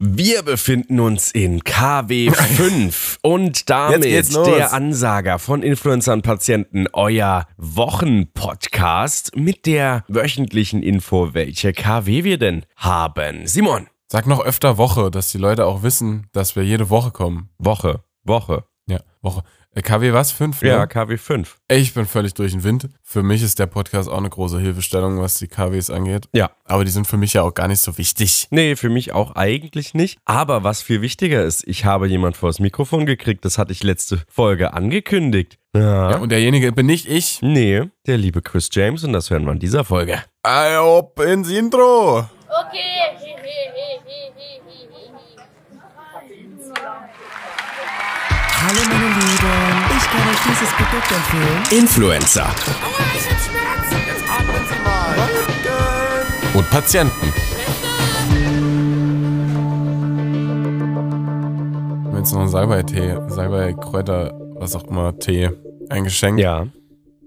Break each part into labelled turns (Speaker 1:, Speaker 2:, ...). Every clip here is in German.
Speaker 1: Wir befinden uns in KW 5 und damit
Speaker 2: Jetzt geht's los.
Speaker 1: der Ansager von Influencern und Patienten, euer Wochenpodcast mit der wöchentlichen Info, welche KW wir denn haben. Simon,
Speaker 2: Sag noch öfter Woche, dass die Leute auch wissen, dass wir jede Woche kommen.
Speaker 1: Woche, Woche.
Speaker 2: Ja, Woche. Äh, KW was? Fünf? ne?
Speaker 1: KW 5.
Speaker 2: Ey, Ich bin völlig durch den Wind. Für mich ist der Podcast auch eine große Hilfestellung, was die KWs angeht.
Speaker 1: Ja.
Speaker 2: Aber die sind für mich ja auch gar nicht so wichtig.
Speaker 1: Nee, für mich auch eigentlich nicht. Aber was viel wichtiger ist, ich habe jemand vors Mikrofon gekriegt, das hatte ich letzte Folge angekündigt.
Speaker 2: Ja, und derjenige bin nicht ich.
Speaker 1: Nee, der liebe Chris James und das hören wir in dieser Folge.
Speaker 2: Ey, Ob ins Intro.
Speaker 3: Okay. Hi, hi, hi, hi, hi, hi, hi, hi.
Speaker 4: Hallo meine Lieben, ich kann euch dieses Produkt empfehlen.
Speaker 1: Influencer
Speaker 2: Und Patienten. Wir haben jetzt noch einen Salbei-Tee, Salbei-Kräuter, was auch immer, Tee eingeschenkt.
Speaker 1: Ja.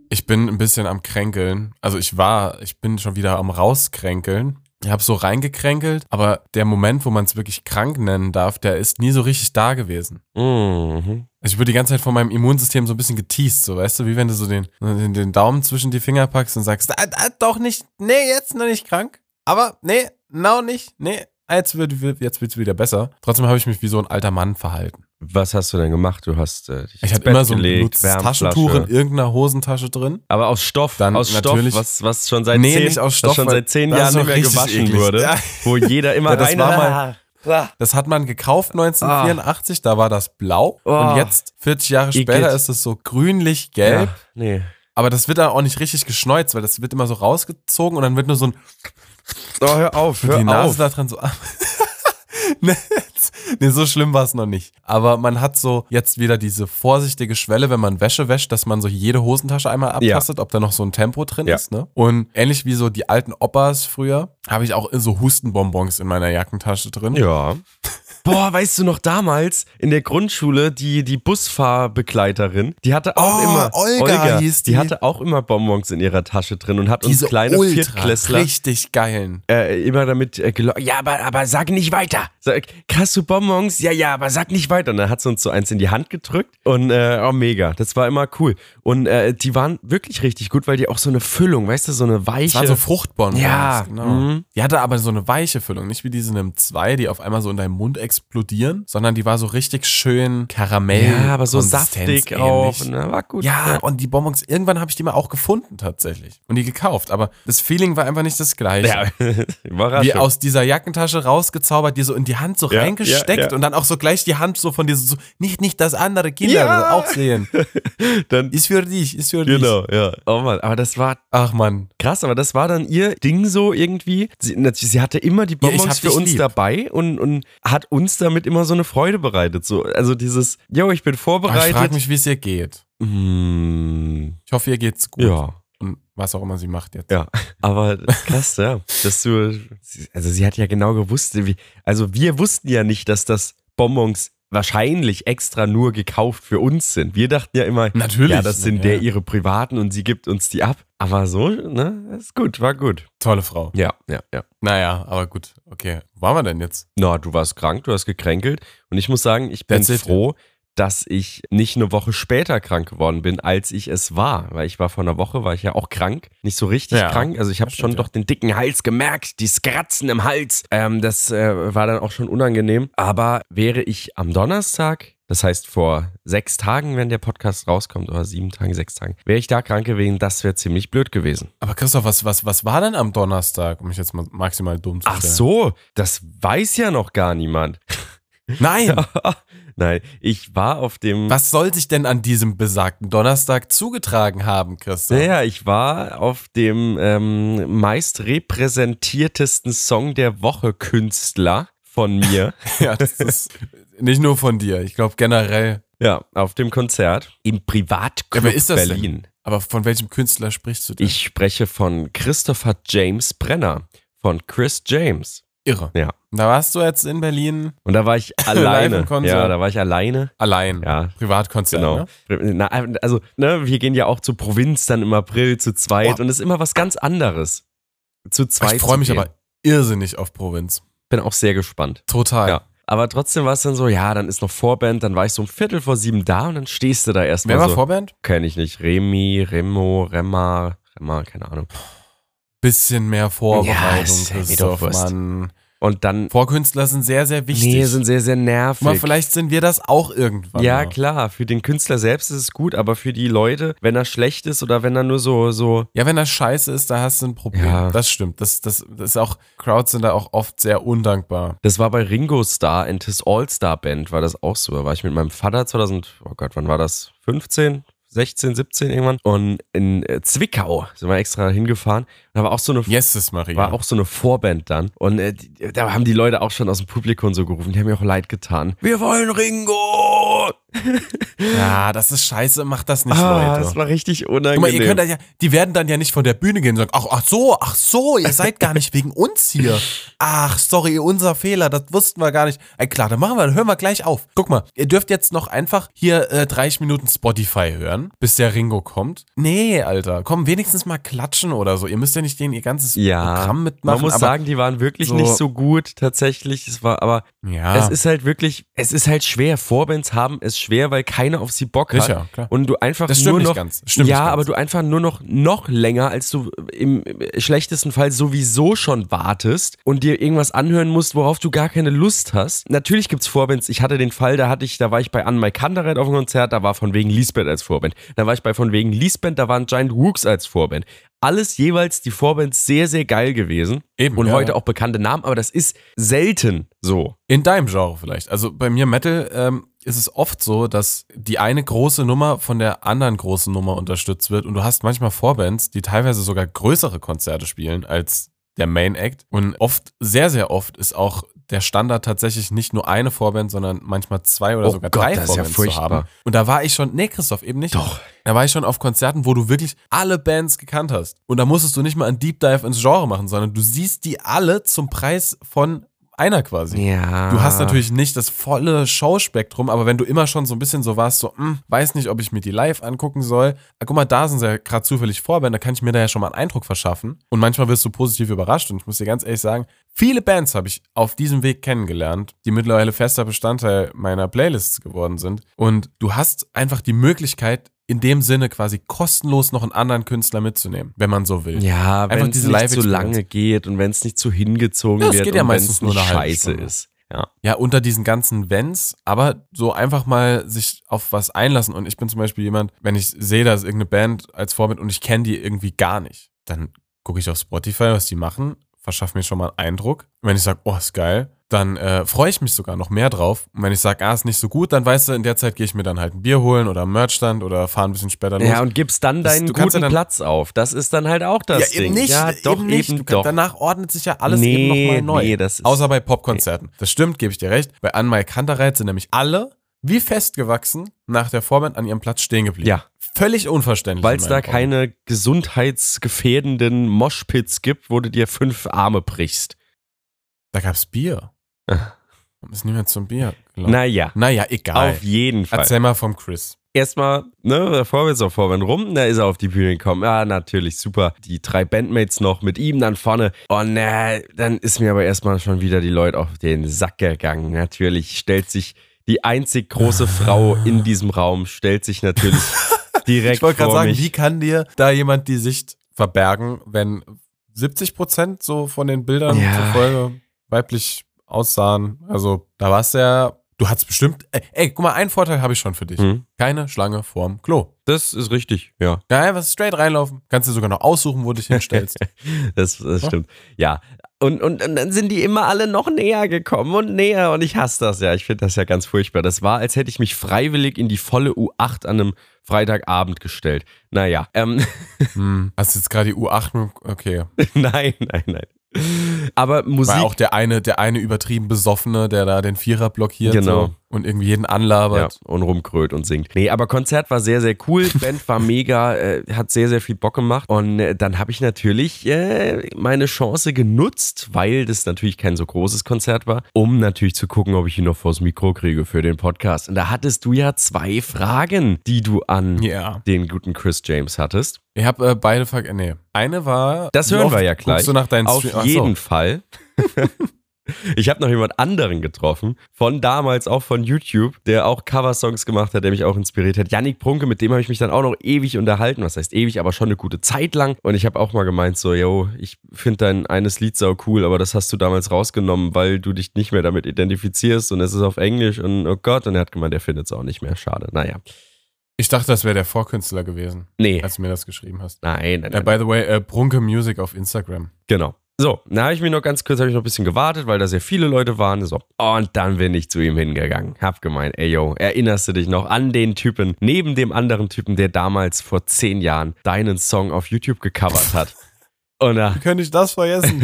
Speaker 2: Ich bin ein bisschen am Kränkeln. Also ich war, ich bin schon wieder am Rauskränkeln. Ich habe so reingekränkelt, aber der Moment, wo man es wirklich krank nennen darf, der ist nie so richtig da gewesen.
Speaker 1: Mhm.
Speaker 2: Also ich wurde die ganze Zeit von meinem Immunsystem so ein bisschen geteased, so weißt du, wie wenn du so den, den, den Daumen zwischen die Finger packst und sagst, ah, ah, doch nicht, nee, jetzt noch nicht krank, aber nee, now nicht, nee, ah, jetzt wird wird- jetzt wird's wieder besser. Trotzdem habe ich mich wie so ein alter Mann verhalten.
Speaker 1: Was hast du denn gemacht? Du hast äh, dich
Speaker 2: Ich
Speaker 1: ins
Speaker 2: hatte
Speaker 1: Bett
Speaker 2: immer so ein
Speaker 1: gelegt,
Speaker 2: benutztes
Speaker 1: Wärmflasche.
Speaker 2: Taschentuch in irgendeiner Hosentasche drin.
Speaker 1: Aber aus Stoff,
Speaker 2: Dann
Speaker 1: aus Stoff,
Speaker 2: natürlich-
Speaker 1: was, was schon seit
Speaker 2: Nee,
Speaker 1: zehn,
Speaker 2: nicht aus
Speaker 1: was
Speaker 2: Stoff,
Speaker 1: schon
Speaker 2: weil
Speaker 1: seit zehn
Speaker 2: das
Speaker 1: Jahren
Speaker 2: ist
Speaker 1: nicht
Speaker 2: doch
Speaker 1: mehr
Speaker 2: richtig
Speaker 1: gewaschen
Speaker 2: eklig.
Speaker 1: wurde,
Speaker 2: Ja.
Speaker 1: wo jeder immer
Speaker 2: Ja, das
Speaker 1: rein
Speaker 2: war mal- Das hat man gekauft 1984, da war das blau.
Speaker 1: Oh.
Speaker 2: Und jetzt, 40 Jahre
Speaker 1: Igitt.
Speaker 2: später, ist es so grünlich-gelb.
Speaker 1: Ja, nee.
Speaker 2: Aber das wird dann auch nicht richtig geschneuzt, weil das wird immer so rausgezogen und dann wird nur so ein,
Speaker 1: Oh, hör auf,
Speaker 2: die Nase da dran so ab. nee, jetzt- nee, so schlimm war es noch nicht. Aber man hat so jetzt wieder diese vorsichtige Schwelle, wenn man Wäsche wäscht, dass man so jede Hosentasche einmal
Speaker 1: Ja.
Speaker 2: abtastet, ob da noch so ein Tempo drin
Speaker 1: Ja.
Speaker 2: ist. Ne? Und ähnlich wie so die alten Oppas früher, habe ich auch so Hustenbonbons in meiner Jackentasche drin.
Speaker 1: Ja. Boah, weißt du noch damals in der Grundschule, die, die Busfahrbegleiterin, die hatte auch
Speaker 2: Oh,
Speaker 1: immer,
Speaker 2: Olga hieß
Speaker 1: die.
Speaker 2: die.
Speaker 1: hatte auch immer Bonbons in ihrer Tasche drin und hat uns kleine Viertklässler
Speaker 2: richtig geilen.
Speaker 1: äh, immer damit äh, gelo- ja, aber, aber sag nicht weiter. Sag, hast du Bonbons? Ja, ja, aber sag nicht weiter. Und dann hat sie uns so eins in die Hand gedrückt und äh, oh, mega. Das war immer cool. Und äh, die waren wirklich richtig gut, weil die auch so eine Füllung, weißt du, so eine
Speaker 2: Es
Speaker 1: weiche.
Speaker 2: waren so Fruchtbonbons.
Speaker 1: Ja,
Speaker 2: genau.
Speaker 1: mhm.
Speaker 2: Die hatte aber so eine weiche Füllung, nicht wie diese NIM 2, die auf einmal so in deinem Mund explodieren, sondern die war so richtig schön Karamell.
Speaker 1: ja, aber so
Speaker 2: Konsistenz
Speaker 1: saftig auch.
Speaker 2: ähnlich.
Speaker 1: Na, war gut.
Speaker 2: Ja, und die Bonbons, irgendwann habe ich die mal auch gefunden tatsächlich und die gekauft, aber das Feeling war einfach nicht das gleiche.
Speaker 1: ja. Überraschung.
Speaker 2: Wie aus dieser Jackentasche rausgezaubert, die so in die Hand so
Speaker 1: Ja,
Speaker 2: reingesteckt
Speaker 1: ja, ja.
Speaker 2: und dann auch so gleich die Hand so von dir so, so nicht, nicht das andere, Kinder,
Speaker 1: Ja.
Speaker 2: das auch sehen.
Speaker 1: Dann-
Speaker 2: ist für dich, ist für dich.
Speaker 1: Genau, ja. Oh Mann, aber das war
Speaker 2: Ach man,
Speaker 1: krass, aber das war dann ihr Ding so irgendwie. Sie, na, sie hatte immer die Bonbons
Speaker 2: ich hab
Speaker 1: für
Speaker 2: dich
Speaker 1: uns
Speaker 2: lieb.
Speaker 1: dabei und, und hat uns damit immer so eine Freude bereitet. So, also dieses, yo, ich bin
Speaker 2: Aber Ah, ich frage
Speaker 1: vorbereitet.
Speaker 2: mich, wie es ihr geht.
Speaker 1: Mm,
Speaker 2: Ich hoffe, ihr geht's gut.
Speaker 1: ja,
Speaker 2: Und was auch immer sie macht jetzt.
Speaker 1: ja. Aber krass, ja. Dass du, sie- also sie hat ja genau gewusst, wie, also wir wussten ja nicht, dass das Bonbons wahrscheinlich extra nur gekauft für uns sind. Wir dachten ja immer,
Speaker 2: Natürlich. ne,
Speaker 1: ja, das sind
Speaker 2: Ja.
Speaker 1: der ihre privaten und sie gibt uns die ab. Aber so, ne, ist gut, war gut.
Speaker 2: Tolle Frau.
Speaker 1: Ja, ja, ja.
Speaker 2: Naja, aber gut. Okay. Wo waren wir denn jetzt?
Speaker 1: Na, du warst krank, du hast gekränkelt. Und ich muss sagen, ich bin
Speaker 2: That's it.
Speaker 1: froh, dass ich nicht eine Woche später krank geworden bin, als ich es war. Weil ich war vor einer Woche, war ich ja auch krank. Nicht so richtig
Speaker 2: Ja,
Speaker 1: krank. Also ich habe
Speaker 2: das
Speaker 1: schon
Speaker 2: stimmt, ja.
Speaker 1: doch den dicken Hals gemerkt, die Kratzen im Hals. Ähm, das äh, war dann auch schon unangenehm. Aber wäre ich am Donnerstag, das heißt vor sechs Tagen, wenn der Podcast rauskommt, oder sieben Tagen, sechs Tagen, wäre ich da krank gewesen, das wäre ziemlich blöd gewesen.
Speaker 2: Aber Christoph, was, was, was war denn am Donnerstag, um mich jetzt mal maximal dumm zu
Speaker 1: Ach
Speaker 2: stellen?
Speaker 1: so, das weiß ja noch gar niemand.
Speaker 2: Nein!
Speaker 1: Nein, ich war auf dem.
Speaker 2: Was soll sich denn an diesem besagten Donnerstag zugetragen haben, Christoph?
Speaker 1: Naja, ich war auf dem ähm, meist repräsentiertesten Song der Woche Künstler von mir.
Speaker 2: Ja, das ist nicht nur von dir. Ich glaube generell.
Speaker 1: ja, auf dem Konzert im Privatclub
Speaker 2: Ja, wer ist das denn?
Speaker 1: Berlin.
Speaker 2: Aber von welchem Künstler sprichst du denn?
Speaker 1: Ich spreche von Christopher James Brenner, von Chris James.
Speaker 2: irre.
Speaker 1: Ja.
Speaker 2: Da warst du jetzt in Berlin
Speaker 1: Und da war ich
Speaker 2: Live
Speaker 1: alleine.
Speaker 2: im Konzert.
Speaker 1: ja, da war ich allein.
Speaker 2: allein.
Speaker 1: Ja,
Speaker 2: Privatkonzert.
Speaker 1: Genau.
Speaker 2: Ne?
Speaker 1: Na, also, ne, wir gehen ja auch zur Provinz dann im April zu zweit
Speaker 2: Boah.
Speaker 1: und es ist immer was ganz anderes. Zu zweit.
Speaker 2: Ich freue mich
Speaker 1: zu gehen.
Speaker 2: aber irrsinnig auf Provinz.
Speaker 1: Bin auch sehr gespannt.
Speaker 2: Total.
Speaker 1: Ja. Aber trotzdem war es dann so, ja, dann ist noch Vorband, dann war ich so um Viertel vor sieben da und dann stehst du da erstmal.
Speaker 2: Wer war
Speaker 1: so.
Speaker 2: Vorband?
Speaker 1: Kenn ich nicht. Remi, Remo, Remma, Remma, keine Ahnung.
Speaker 2: Bisschen mehr Vorbereitung,
Speaker 1: ist mir doch
Speaker 2: Christoph,
Speaker 1: Wurst.
Speaker 2: Mann.
Speaker 1: Und dann,
Speaker 2: Vorkünstler sind sehr, sehr wichtig.
Speaker 1: nee, sind sehr, sehr nervig.
Speaker 2: Mal, vielleicht sind wir das auch irgendwann.
Speaker 1: Ja,
Speaker 2: mal.
Speaker 1: klar, für den Künstler selbst ist es gut, aber für die Leute, wenn er schlecht ist oder wenn er nur so, so,
Speaker 2: Ja, wenn das scheiße ist, da hast du ein Problem.
Speaker 1: Ja.
Speaker 2: Das stimmt. Das, das, das ist auch, Crowds sind da auch oft sehr undankbar.
Speaker 1: das war bei Ringo Starr and his All-Star-Band, war das auch so, da war ich mit meinem Vater 2000, oh Gott, wann war das, 15, 16, 17 irgendwann und in äh, Zwickau sind wir extra hingefahren und da war auch so eine
Speaker 2: Yeses, Maria.
Speaker 1: War auch so eine Vorband dann. Und äh, die, da haben die Leute auch schon aus dem Publikum so gerufen. Die haben mir auch leid getan. Wir wollen Ringo!
Speaker 2: ja, das ist scheiße, macht das nicht,
Speaker 1: Ah,
Speaker 2: Leute.
Speaker 1: das war richtig
Speaker 2: Guck mal,
Speaker 1: unangenehm.
Speaker 2: ihr könnt das ja, die werden dann ja nicht von der Bühne gehen und sagen, ach, ach so, ach so, ihr seid gar nicht wegen uns hier. Ach, sorry, unser Fehler, das wussten wir gar nicht. Ey, klar, dann machen wir, dann hören wir gleich auf. Guck mal, ihr dürft jetzt noch einfach hier äh, 30 Minuten Spotify hören, bis der Ringo kommt. Nee, Alter, komm, wenigstens mal klatschen oder so. Ihr müsst ja nicht denen ihr ganzes
Speaker 1: ja,
Speaker 2: Programm mitmachen.
Speaker 1: man muss
Speaker 2: aber,
Speaker 1: sagen, die waren wirklich
Speaker 2: so-
Speaker 1: nicht so gut tatsächlich. Es war, aber
Speaker 2: ja,
Speaker 1: es ist halt wirklich, es ist halt schwer. Vorbands haben es schwer, weil keiner auf sie Bock hat.
Speaker 2: Sicher, klar.
Speaker 1: Und du einfach
Speaker 2: Das stimmt
Speaker 1: nur
Speaker 2: nicht
Speaker 1: noch,
Speaker 2: ganz. Stimmt
Speaker 1: ja,
Speaker 2: nicht ganz.
Speaker 1: aber du einfach nur noch noch länger, als du im schlechtesten Fall sowieso schon wartest und dir irgendwas anhören musst, worauf du gar keine Lust hast. Natürlich gibt's Vorbands. Ich hatte den Fall, da hatte ich, da war ich bei Anne Mai Kandereit auf einem Konzert, da war von wegen Lisbeth als Vorband. Da war ich bei von wegen Lisbeth, da waren Giant Wooks als Vorband. Alles jeweils die Vorbands sehr, sehr geil gewesen.
Speaker 2: Eben,
Speaker 1: Und
Speaker 2: ja,
Speaker 1: heute
Speaker 2: ja.
Speaker 1: auch bekannte Namen, aber das ist selten so.
Speaker 2: In deinem Genre vielleicht. Also bei mir Metal ähm, ist es oft so, dass die eine große Nummer von der anderen großen Nummer unterstützt wird und du hast manchmal Vorbands, die teilweise sogar größere Konzerte spielen als der Main Act und oft, sehr, sehr oft ist auch der Standard tatsächlich nicht nur eine Vorband, sondern manchmal zwei oder
Speaker 1: Oh
Speaker 2: sogar
Speaker 1: Gott,
Speaker 2: drei
Speaker 1: das ist ja
Speaker 2: Vorbands zu
Speaker 1: furchtbar.
Speaker 2: haben. Und da war ich schon, nee Christoph, eben nicht.
Speaker 1: Doch.
Speaker 2: Da war ich schon auf Konzerten, wo du wirklich alle Bands gekannt hast. Und da musstest du nicht mal einen Deep Dive ins Genre machen, sondern du siehst die alle zum Preis von einer quasi.
Speaker 1: Ja.
Speaker 2: Du hast natürlich nicht das volle Showspektrum, aber wenn du immer schon so ein bisschen so warst, so, hm, weiß nicht, ob ich mir die live angucken soll. Ah, Guck mal, da sind sie ja gerade zufällig Vorbände, da kann ich mir da ja schon mal einen Eindruck verschaffen. Und manchmal wirst du positiv überrascht und ich muss dir ganz ehrlich sagen, viele Bands habe ich auf diesem Weg kennengelernt, die mittlerweile fester Bestandteil meiner Playlists geworden sind. Und du hast einfach die Möglichkeit, in dem Sinne quasi kostenlos noch einen anderen Künstler mitzunehmen, wenn man so will.
Speaker 1: Ja,
Speaker 2: Einfach
Speaker 1: wenn es
Speaker 2: diese
Speaker 1: nicht zu
Speaker 2: Live-Experience.
Speaker 1: lange geht und wenn es nicht zu hingezogen
Speaker 2: Ja, es
Speaker 1: wird
Speaker 2: geht ja
Speaker 1: und wenn
Speaker 2: meistens
Speaker 1: es
Speaker 2: nur
Speaker 1: nicht
Speaker 2: eine halbe
Speaker 1: scheiße
Speaker 2: Stunde.
Speaker 1: ist. Ja.
Speaker 2: ja, unter diesen ganzen Wenns, aber so einfach mal sich auf was einlassen. Und ich bin zum Beispiel jemand, wenn ich sehe, da ist irgendeine Band als Vorbild und ich kenne die irgendwie gar nicht, dann gucke ich auf Spotify, was die machen, verschaffe mir schon mal einen Eindruck. Und wenn ich sage, oh, ist geil, dann äh, freue ich mich sogar noch mehr drauf. Und wenn ich sage, ah, ist nicht so gut, dann weißt du, in der Zeit gehe ich mir dann halt ein Bier holen oder am Merchstand oder fahre ein bisschen später los.
Speaker 1: ja, und gibst dann
Speaker 2: Das-
Speaker 1: deinen
Speaker 2: du kannst
Speaker 1: guten
Speaker 2: ja dann-
Speaker 1: Platz auf. Das ist dann halt auch das
Speaker 2: ja, eben
Speaker 1: Ding.
Speaker 2: nicht.
Speaker 1: ja,
Speaker 2: eben
Speaker 1: doch, eben,
Speaker 2: nicht. Du kannst-
Speaker 1: doch.
Speaker 2: Danach ordnet sich ja alles
Speaker 1: Nee,
Speaker 2: eben nochmal neu.
Speaker 1: nee, das ist-
Speaker 2: Außer bei Popkonzerten. Das stimmt, gebe ich dir recht. Bei Anmal Kantereit sind nämlich alle wie festgewachsen nach der Vorband an ihrem Platz stehen geblieben.
Speaker 1: Ja.
Speaker 2: Völlig unverständlich.
Speaker 1: Weil
Speaker 2: in
Speaker 1: es
Speaker 2: meinen
Speaker 1: da
Speaker 2: Augen.
Speaker 1: keine gesundheitsgefährdenden Moshpits gibt, wo du dir fünf Arme brichst.
Speaker 2: Da gab's Bier.
Speaker 1: Ah.
Speaker 2: Warum ist niemand zum Bier gelaufen?
Speaker 1: Naja,
Speaker 2: Naja, egal.
Speaker 1: auf jeden Fall.
Speaker 2: Erzähl mal vom Chris.
Speaker 1: erstmal, ne, vorwärts auf Vorwand rum, da ist er auf die Bühne gekommen. Ja, natürlich, super. Die drei Bandmates noch mit ihm dann vorne. Und äh, dann ist mir aber erstmal schon wieder die Leute auf den Sack gegangen. Natürlich stellt sich die einzig große Frau in diesem Raum, stellt sich natürlich direkt
Speaker 2: Ich wollte gerade
Speaker 1: vor
Speaker 2: sagen,
Speaker 1: mich.
Speaker 2: wie kann dir da jemand die Sicht verbergen, wenn 70 Prozent so von den Bildern
Speaker 1: Ja.
Speaker 2: zufolge weiblich aussahen? Also da war es ja, du hattest bestimmt, ey, ey, guck mal, einen Vorteil habe ich schon für dich.
Speaker 1: Hm?
Speaker 2: Keine Schlange vorm Klo.
Speaker 1: Das ist richtig, ja.
Speaker 2: Ja, einfach straight reinlaufen. Kannst du sogar noch aussuchen, wo du dich hinstellst.
Speaker 1: Das, das stimmt. Ja. Und, und, und dann sind die immer alle noch näher gekommen und näher. Und ich hasse das ja. Ich finde das ja ganz furchtbar. Das war, als hätte ich mich freiwillig in die volle U8 an einem Freitagabend gestellt. Naja, ähm,
Speaker 2: hm. Hast jetzt gerade die U8, mit- okay.
Speaker 1: nein, nein, nein. Aber Musik.
Speaker 2: War auch der eine, der eine übertrieben Besoffene, der da den Vierer blockiert
Speaker 1: Genau.
Speaker 2: so, und irgendwie jeden anlabert.
Speaker 1: Ja, und rumkrölt und singt. Nee, aber Konzert war sehr, sehr cool. Band war mega, äh, hat sehr, sehr viel Bock gemacht. Und äh, dann habe ich natürlich äh, meine Chance genutzt, weil das natürlich kein so großes Konzert war, um natürlich zu gucken, ob ich ihn noch vors Mikro kriege für den Podcast. Und da hattest du ja zwei Fragen, die du an
Speaker 2: Ja.
Speaker 1: den guten Chris James hattest.
Speaker 2: Ich habe äh, beide ver... Nee. Eine war...
Speaker 1: Das
Speaker 2: wie
Speaker 1: hören
Speaker 2: oft
Speaker 1: wir ja gleich.
Speaker 2: Guckst du nach deinen
Speaker 1: Auf
Speaker 2: Stream- Ach so.
Speaker 1: jeden Fall. Ich habe noch jemand anderen getroffen, von damals auch von YouTube, der auch Coversongs gemacht hat, der mich auch inspiriert hat. Yannick Prunke, mit dem habe ich mich dann auch noch ewig unterhalten. Was heißt ewig, aber schon eine gute Zeit lang. Und ich habe auch mal gemeint, so, yo, ich finde dein eines Lied sau cool, aber das hast du damals rausgenommen, weil du dich nicht mehr damit identifizierst und es ist auf Englisch und oh Gott. Und er hat gemeint, er findet es auch nicht mehr. Schade. Naja.
Speaker 2: Ich dachte, das wäre der Vorkünstler gewesen,
Speaker 1: Nee.
Speaker 2: als du mir das geschrieben hast.
Speaker 1: Nein, nein,
Speaker 2: Äh,
Speaker 1: nein.
Speaker 2: by the way, äh, Brunke Music auf Instagram.
Speaker 1: Genau. So, da habe ich mir noch ganz kurz, habe ich noch ein bisschen gewartet, weil da sehr viele Leute waren. So. Und dann bin ich zu ihm hingegangen. Hab gemeint, ey yo, erinnerst du dich noch an den Typen, neben dem anderen Typen, der damals vor zehn Jahren deinen Song auf YouTube gecovert hat? Und da
Speaker 2: Wie könnte ich das vergessen?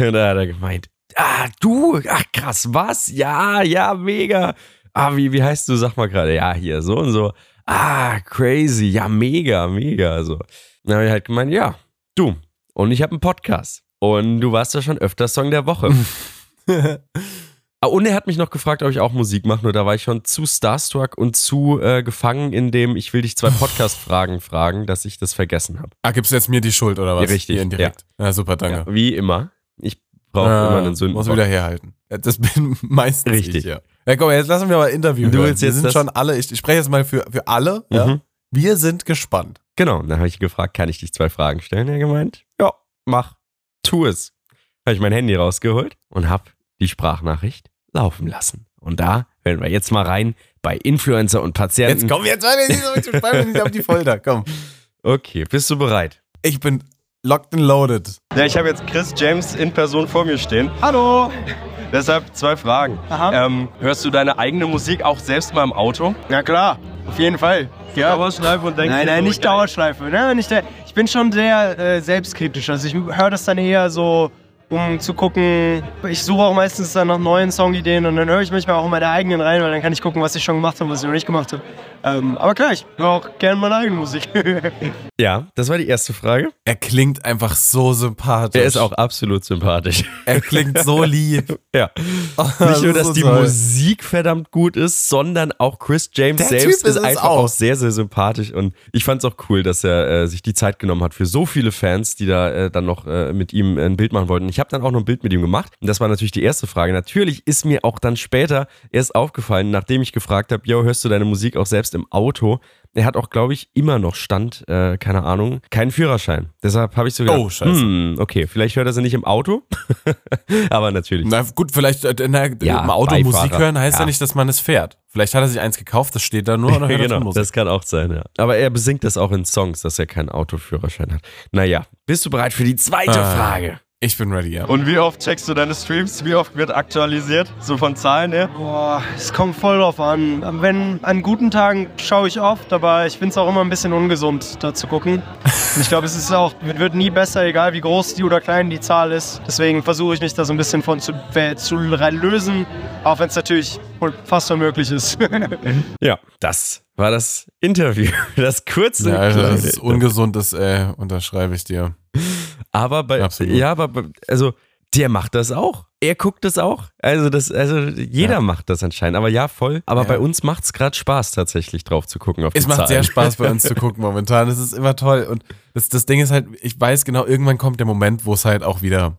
Speaker 1: und da hat er gemeint, ah, du, ach krass, was? Ja, ja, mega. Ah, wie, wie heißt du? Sag mal gerade, ja, hier, so und so. Ah, crazy, ja, mega, mega. So. Dann habe ich halt gemeint, ja, du. Und ich habe einen Podcast. Und du warst ja schon öfter Song der Woche.
Speaker 2: Mhm.
Speaker 1: Ah, Und er hat mich noch gefragt, ob ich auch Musik mache, nur da war ich schon zu starstruck und zu äh, gefangen in dem, ich will dich zwei Podcast-Fragen fragen, dass ich das vergessen habe.
Speaker 2: ah, gibst du jetzt mir die Schuld oder was?
Speaker 1: Ja, richtig,
Speaker 2: Hier indirekt. Ja. super, danke. Ah,
Speaker 1: Wie immer. Ich brauche immer einen
Speaker 2: Muss
Speaker 1: Sündenbock.
Speaker 2: wieder herhalten. Ja, Das bin meistens
Speaker 1: Richtig.
Speaker 2: ich, ja. Ja, komm, jetzt lassen wir mal Interview.
Speaker 1: Du
Speaker 2: hören.
Speaker 1: willst
Speaker 2: wir
Speaker 1: jetzt
Speaker 2: sind
Speaker 1: das-
Speaker 2: schon alle, ich, ich spreche jetzt mal für, für alle. Ja.
Speaker 1: Mhm.
Speaker 2: Wir sind gespannt.
Speaker 1: Genau, und dann habe ich gefragt, kann ich dich zwei Fragen stellen? Er gemeint, ja, mach, tu es. Habe ich mein Handy rausgeholt und habe die Sprachnachricht laufen lassen. Und da hören wir jetzt mal rein bei Influencer und Patienten.
Speaker 2: Jetzt komm, jetzt war ich so ich spann mich nicht auf die Folter. Komm.
Speaker 1: Okay, bist du bereit?
Speaker 2: Ich bin locked and loaded.
Speaker 1: Ja, ich habe jetzt Chris James in Person vor mir stehen. Hallo! Deshalb zwei Fragen. Ähm, hörst du deine eigene Musik auch selbst mal im Auto?
Speaker 5: Na klar, auf jeden Fall. Ja.
Speaker 1: Dauerschleife und denkst
Speaker 5: Nein, nein, nicht Dauerschleife. Ne? Nicht der, ich bin schon sehr äh, selbstkritisch. Also ich höre das dann eher so, um zu gucken. Ich suche auch meistens dann nach neuen Songideen und dann höre ich manchmal auch meine eigenen rein, weil dann kann ich gucken, was ich schon gemacht habe und was ich noch nicht gemacht habe. Ähm, aber klar, ich höre auch gerne meine eigene Musik.
Speaker 1: Ja, das war die erste Frage.
Speaker 2: Er klingt einfach so sympathisch.
Speaker 1: Der ist auch absolut sympathisch.
Speaker 2: Er klingt so lieb. Oh,
Speaker 1: ja. Nicht nur, dass die Musik verdammt gut ist, sondern auch Chris James
Speaker 2: Der
Speaker 1: selbst
Speaker 2: Typ
Speaker 1: ist,
Speaker 2: ist es
Speaker 1: einfach auch.
Speaker 2: auch.
Speaker 1: sehr, sehr sympathisch. Und ich fand es auch cool, dass er äh, sich die Zeit genommen hat für so viele Fans, die da äh, dann noch äh, mit ihm ein Bild machen wollten. Ich habe dann auch noch ein Bild mit ihm gemacht. Und das war natürlich die erste Frage. Natürlich ist mir auch dann später erst aufgefallen, nachdem ich gefragt habe, yo, hörst du deine Musik auch selbst im Auto? Er hat auch, glaube ich, immer noch Stand, äh, keine Ahnung, keinen Führerschein. Deshalb habe ich so gedacht,
Speaker 2: Oh, scheiße.
Speaker 1: Hm, okay, vielleicht hört er sie nicht im Auto, aber natürlich.
Speaker 2: Na gut, vielleicht äh, na,
Speaker 1: Ja,
Speaker 2: im Auto Musik
Speaker 1: Beifahrer.
Speaker 2: hören heißt ja.
Speaker 1: Ja.
Speaker 2: nicht, dass man es fährt. Vielleicht hat er sich eins gekauft, das steht da nur und hört
Speaker 1: genau,
Speaker 2: genau, Musik.
Speaker 1: das kann auch sein, ja. Aber er besingt das auch in Songs, dass er keinen Autoführerschein hat. Naja, bist du bereit für die zweite
Speaker 2: Ah.
Speaker 1: Frage?
Speaker 2: Ich bin ready, ja.
Speaker 6: Und wie oft checkst du deine Streams? Wie oft wird aktualisiert? So von Zahlen her?
Speaker 5: Boah, es kommt voll drauf an. Wenn an guten Tagen schaue ich oft, aber ich finde es auch immer ein bisschen ungesund, da zu gucken. Und ich glaube, es ist auch, wird nie besser, egal wie groß die oder klein die Zahl ist. Deswegen versuche ich mich da so ein bisschen von zu, äh, zu lösen, auch wenn es natürlich fast unmöglich ist.
Speaker 1: Ja, das war das Interview. Das kurze.
Speaker 2: Ja, also, dass
Speaker 1: kleine
Speaker 2: es ungesund ist, äh, unterschreibe ich dir.
Speaker 1: aber bei,
Speaker 2: Absolut.
Speaker 1: ja, aber bei- also der macht das auch. Er guckt das auch. Also das, also jeder
Speaker 2: Ja.
Speaker 1: macht das anscheinend. Aber ja, voll. Aber
Speaker 2: Ja.
Speaker 1: bei uns macht's gerade Spaß tatsächlich drauf zu gucken auf die
Speaker 2: Es macht
Speaker 1: Zahlen.
Speaker 2: sehr Spaß bei uns zu gucken momentan. Es ist immer toll. Und das, das Ding ist halt, ich weiß genau, irgendwann kommt der Moment, wo es halt auch wieder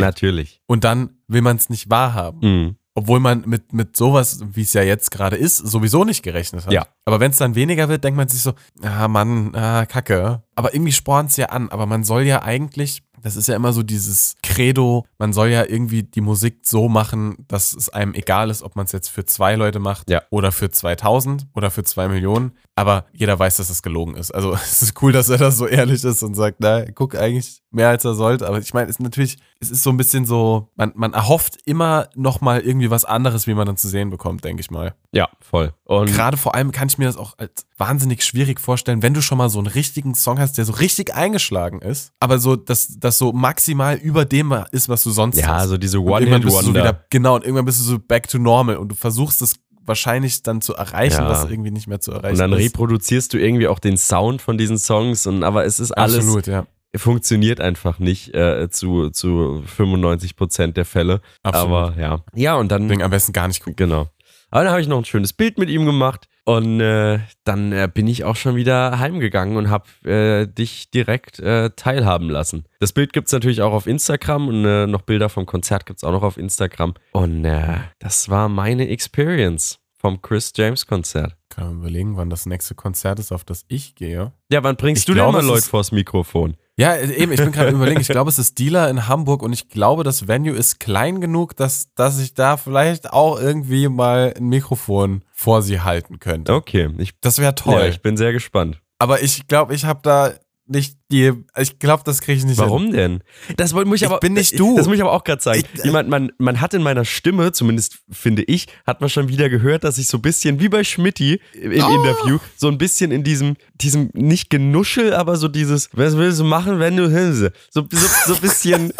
Speaker 1: Natürlich.
Speaker 2: Und dann will man es nicht wahrhaben.
Speaker 1: Mhm.
Speaker 2: Obwohl man mit, mit sowas, wie es ja jetzt gerade ist, sowieso nicht gerechnet hat.
Speaker 1: Ja.
Speaker 2: Aber wenn es dann weniger wird, denkt man sich so, ah Mann, ah, Kacke. Aber irgendwie spornt es ja an. Aber man soll ja eigentlich, das ist ja immer so dieses Credo, man soll ja irgendwie die Musik so machen, dass es einem egal ist, ob man es jetzt für zwei Leute macht
Speaker 1: Ja.
Speaker 2: oder für 2000 oder für zwei Millionen. Aber jeder weiß, dass das gelogen ist. Also es ist cool, dass er da so ehrlich ist und sagt, na, guck eigentlich mehr als er sollte. Aber ich meine, es ist natürlich, es ist so ein bisschen so, man, man erhofft immer nochmal irgendwie was anderes, wie man dann zu sehen bekommt, denke ich mal.
Speaker 1: Ja, voll. Und
Speaker 2: Gerade vor allem kann ich mir das auch als wahnsinnig schwierig vorstellen, wenn du schon mal so einen richtigen Song hast, der so richtig eingeschlagen ist, aber so, dass das so maximal über dem ist, was du sonst hast.
Speaker 1: ja, so diese
Speaker 2: Und irgendwann bist du so
Speaker 1: One-Hit-Wonder.
Speaker 2: wieder, genau, und irgendwann bist du so back to normal und du versuchst es wahrscheinlich dann zu erreichen,
Speaker 1: Ja.
Speaker 2: was irgendwie nicht mehr zu erreichen
Speaker 1: und dann
Speaker 2: ist.
Speaker 1: reproduzierst du irgendwie auch den Sound von diesen Songs und aber es ist alles
Speaker 2: Absolut, ja.
Speaker 1: funktioniert einfach nicht äh, zu, zu 95 Prozent der Fälle.
Speaker 2: Absolut.
Speaker 1: Aber ja. Ja, und dann.
Speaker 2: Deswegen am besten gar nicht gucken.
Speaker 1: Genau. Aber dann habe ich noch ein schönes Bild mit ihm gemacht. Und äh, dann äh, bin ich auch schon wieder heimgegangen und habe äh, dich direkt äh, teilhaben lassen. Das Bild gibt es natürlich auch auf Instagram und äh, noch Bilder vom Konzert gibt es auch noch auf Instagram. Und äh, das war meine Experience vom Chris James Konzert.
Speaker 2: Kann man überlegen, wann das nächste Konzert ist, auf das ich gehe.
Speaker 1: Ja, wann bringst
Speaker 2: Ich
Speaker 1: du
Speaker 2: glaub,
Speaker 1: denn mal
Speaker 2: es
Speaker 1: Leute
Speaker 2: ist-
Speaker 1: vors Mikrofon?
Speaker 2: Ja, äh, eben, ich bin gerade überlegen, ich glaube, es ist Dealer in Hamburg und ich glaube, das Venue ist klein genug, dass, dass ich da vielleicht auch irgendwie mal ein Mikrofon vor sie halten könnte.
Speaker 1: Okay, ich,
Speaker 2: Das wäre
Speaker 1: ja,
Speaker 2: toll.
Speaker 1: ich bin sehr gespannt.
Speaker 2: aber ich glaube, ich habe da nicht die, ich glaube, das kriege ich nicht hin.
Speaker 1: Warum denn? Das woll- muss ich,
Speaker 2: Ich
Speaker 1: aber,
Speaker 2: bin nicht du.
Speaker 1: Das muss ich äh, aber auch gerade sagen. Jemand, man, man hat in meiner Stimme, zumindest finde ich, hat man schon wieder gehört, dass ich so ein bisschen wie bei Schmidti im Interview, so ein bisschen in diesem, diesem nicht Genuschel, aber so dieses, was willst du machen, wenn du Hülse? So, so, so ein bisschen,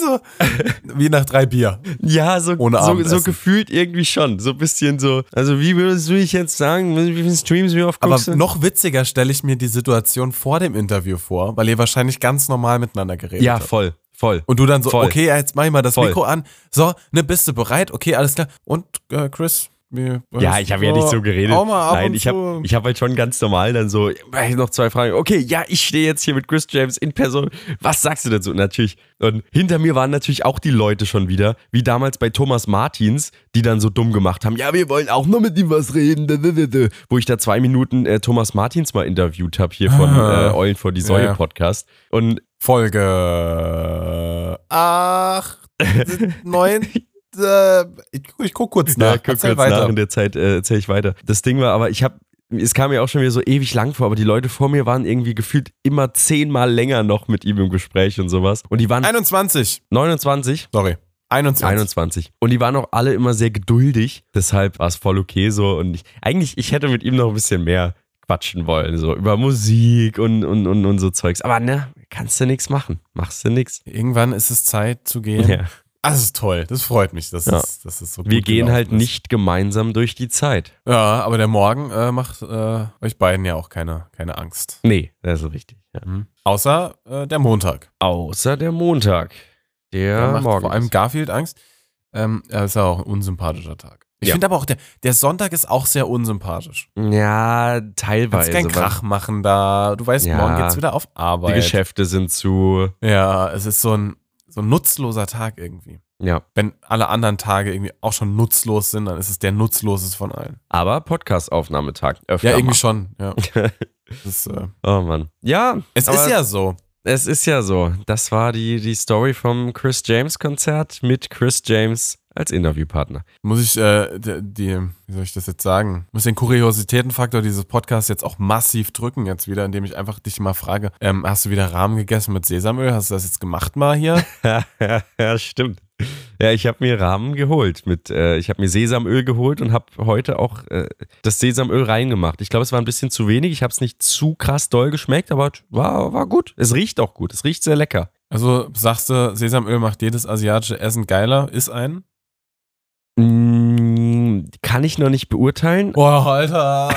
Speaker 2: So, wie nach drei Bier.
Speaker 1: ja, so,
Speaker 2: Ohne
Speaker 1: so, so
Speaker 2: Abendessen.
Speaker 1: gefühlt irgendwie schon. So ein bisschen so, also wie würdest du ich jetzt sagen, wie viele Streams wir auf
Speaker 2: Aber
Speaker 1: guckst du?
Speaker 2: noch witziger stelle ich mir die Situation vor dem Interview vor, weil ihr wahrscheinlich ganz normal miteinander geredet
Speaker 1: Ja,
Speaker 2: habt.
Speaker 1: voll, voll.
Speaker 2: Und du dann so,
Speaker 1: Voll.
Speaker 2: okay, jetzt mach ich mal das
Speaker 1: Voll.
Speaker 2: Mikro an. So, ne, bist du bereit? Okay, alles klar. Und äh, Chris, wir
Speaker 1: Ja, ich habe ja nicht so geredet.
Speaker 2: Auch mal ab
Speaker 1: Nein,
Speaker 2: und
Speaker 1: ich habe
Speaker 2: zu.
Speaker 1: ich hab halt schon ganz normal dann so, äh, noch zwei Fragen. Okay, ja, ich stehe jetzt hier mit Chris James in Person. Was sagst du dazu? Und natürlich. Und hinter mir waren natürlich auch die Leute schon wieder, wie damals bei Thomas Martins, die dann so dumm gemacht haben. Ja, wir wollen auch nur mit ihm was reden. Wo ich da zwei Minuten äh, Thomas Martins mal interviewt habe hier von äh,
Speaker 2: Ah.
Speaker 1: Eulen vor die Säue
Speaker 2: Ja.
Speaker 1: Podcast. Und
Speaker 2: Folge 8, 9. äh, ich, ich guck kurz nach.
Speaker 1: Ja, guck
Speaker 2: Erzähl
Speaker 1: kurz
Speaker 2: weiter.
Speaker 1: nach, in der Zeit äh, erzähle ich weiter. Das Ding war aber, ich habe, es kam mir auch schon wieder so ewig lang vor, aber die Leute vor mir waren irgendwie gefühlt immer zehnmal länger noch mit ihm im Gespräch und sowas. Und die waren
Speaker 2: 21.
Speaker 1: 29,
Speaker 2: Sorry. 21.
Speaker 1: 21. Und die waren auch alle immer sehr geduldig, deshalb war es voll okay so. Und ich, eigentlich, ich hätte mit ihm noch ein bisschen mehr quatschen wollen, so über Musik und, und, und, und so Zeugs. Aber ne, kannst du nichts machen. Machst du nichts.
Speaker 2: Irgendwann ist es Zeit zu gehen.
Speaker 1: Ja.
Speaker 2: Ah, das ist toll. Das freut mich. Das,
Speaker 1: Ja.
Speaker 2: ist, das ist so
Speaker 1: Wir
Speaker 2: gut
Speaker 1: gehen
Speaker 2: gelaufen
Speaker 1: halt
Speaker 2: ist.
Speaker 1: nicht gemeinsam durch die Zeit.
Speaker 2: Ja, aber der Morgen äh, macht äh, euch beiden ja auch keine, keine Angst.
Speaker 1: Nee, das ist richtig. Ja.
Speaker 2: Mhm. Außer äh, der Montag.
Speaker 1: Außer der Montag. Der,
Speaker 2: Da macht
Speaker 1: morgen.
Speaker 2: vor allem Garfield Angst. Ähm, er ist ja auch ein unsympathischer Tag. Ich
Speaker 1: Ja.
Speaker 2: finde aber auch, der, der Sonntag ist auch sehr unsympathisch.
Speaker 1: ja,
Speaker 2: Du kannst
Speaker 1: teilweise.
Speaker 2: keinen Krach machen da. Du weißt,
Speaker 1: Ja.
Speaker 2: morgen geht's wieder auf
Speaker 1: weil
Speaker 2: Arbeit.
Speaker 1: Die Geschäfte sind zu.
Speaker 2: Ja, es ist so ein, so ein nutzloser Tag irgendwie.
Speaker 1: Ja.
Speaker 2: Wenn alle anderen Tage irgendwie auch schon nutzlos sind, dann ist es der nutzloseste von allen.
Speaker 1: Aber Podcast-Aufnahmetag öfter.
Speaker 2: Ja, irgendwie
Speaker 1: mal.
Speaker 2: schon. Ja. das ist, äh,
Speaker 1: Oh Mann. Ja,
Speaker 2: es
Speaker 1: aber
Speaker 2: ist ja so.
Speaker 1: es ist ja so. Das war die, die Story vom Chris James-Konzert mit Chris James als Interviewpartner.
Speaker 2: Muss ich, äh, die, die, wie soll ich das jetzt sagen? Muss den Kuriositätenfaktor dieses Podcasts jetzt auch massiv drücken, jetzt wieder, indem ich einfach dich mal frage, ähm, hast du wieder Rahmen gegessen mit Sesamöl? Hast du das jetzt gemacht mal hier?
Speaker 1: ja, stimmt. Ja, ich habe mir Rahmen geholt mit, äh, ich habe mir Sesamöl geholt und habe heute auch äh, das Sesamöl reingemacht. Ich glaube, es war ein bisschen zu wenig. Ich habe es nicht zu krass doll geschmeckt, aber t- war, war gut. Es riecht auch gut. Es riecht sehr lecker.
Speaker 2: Also sagst du, Sesamöl macht jedes asiatische Essen geiler, ist ein?
Speaker 1: Mm, kann ich noch nicht beurteilen.
Speaker 2: Boah, Alter.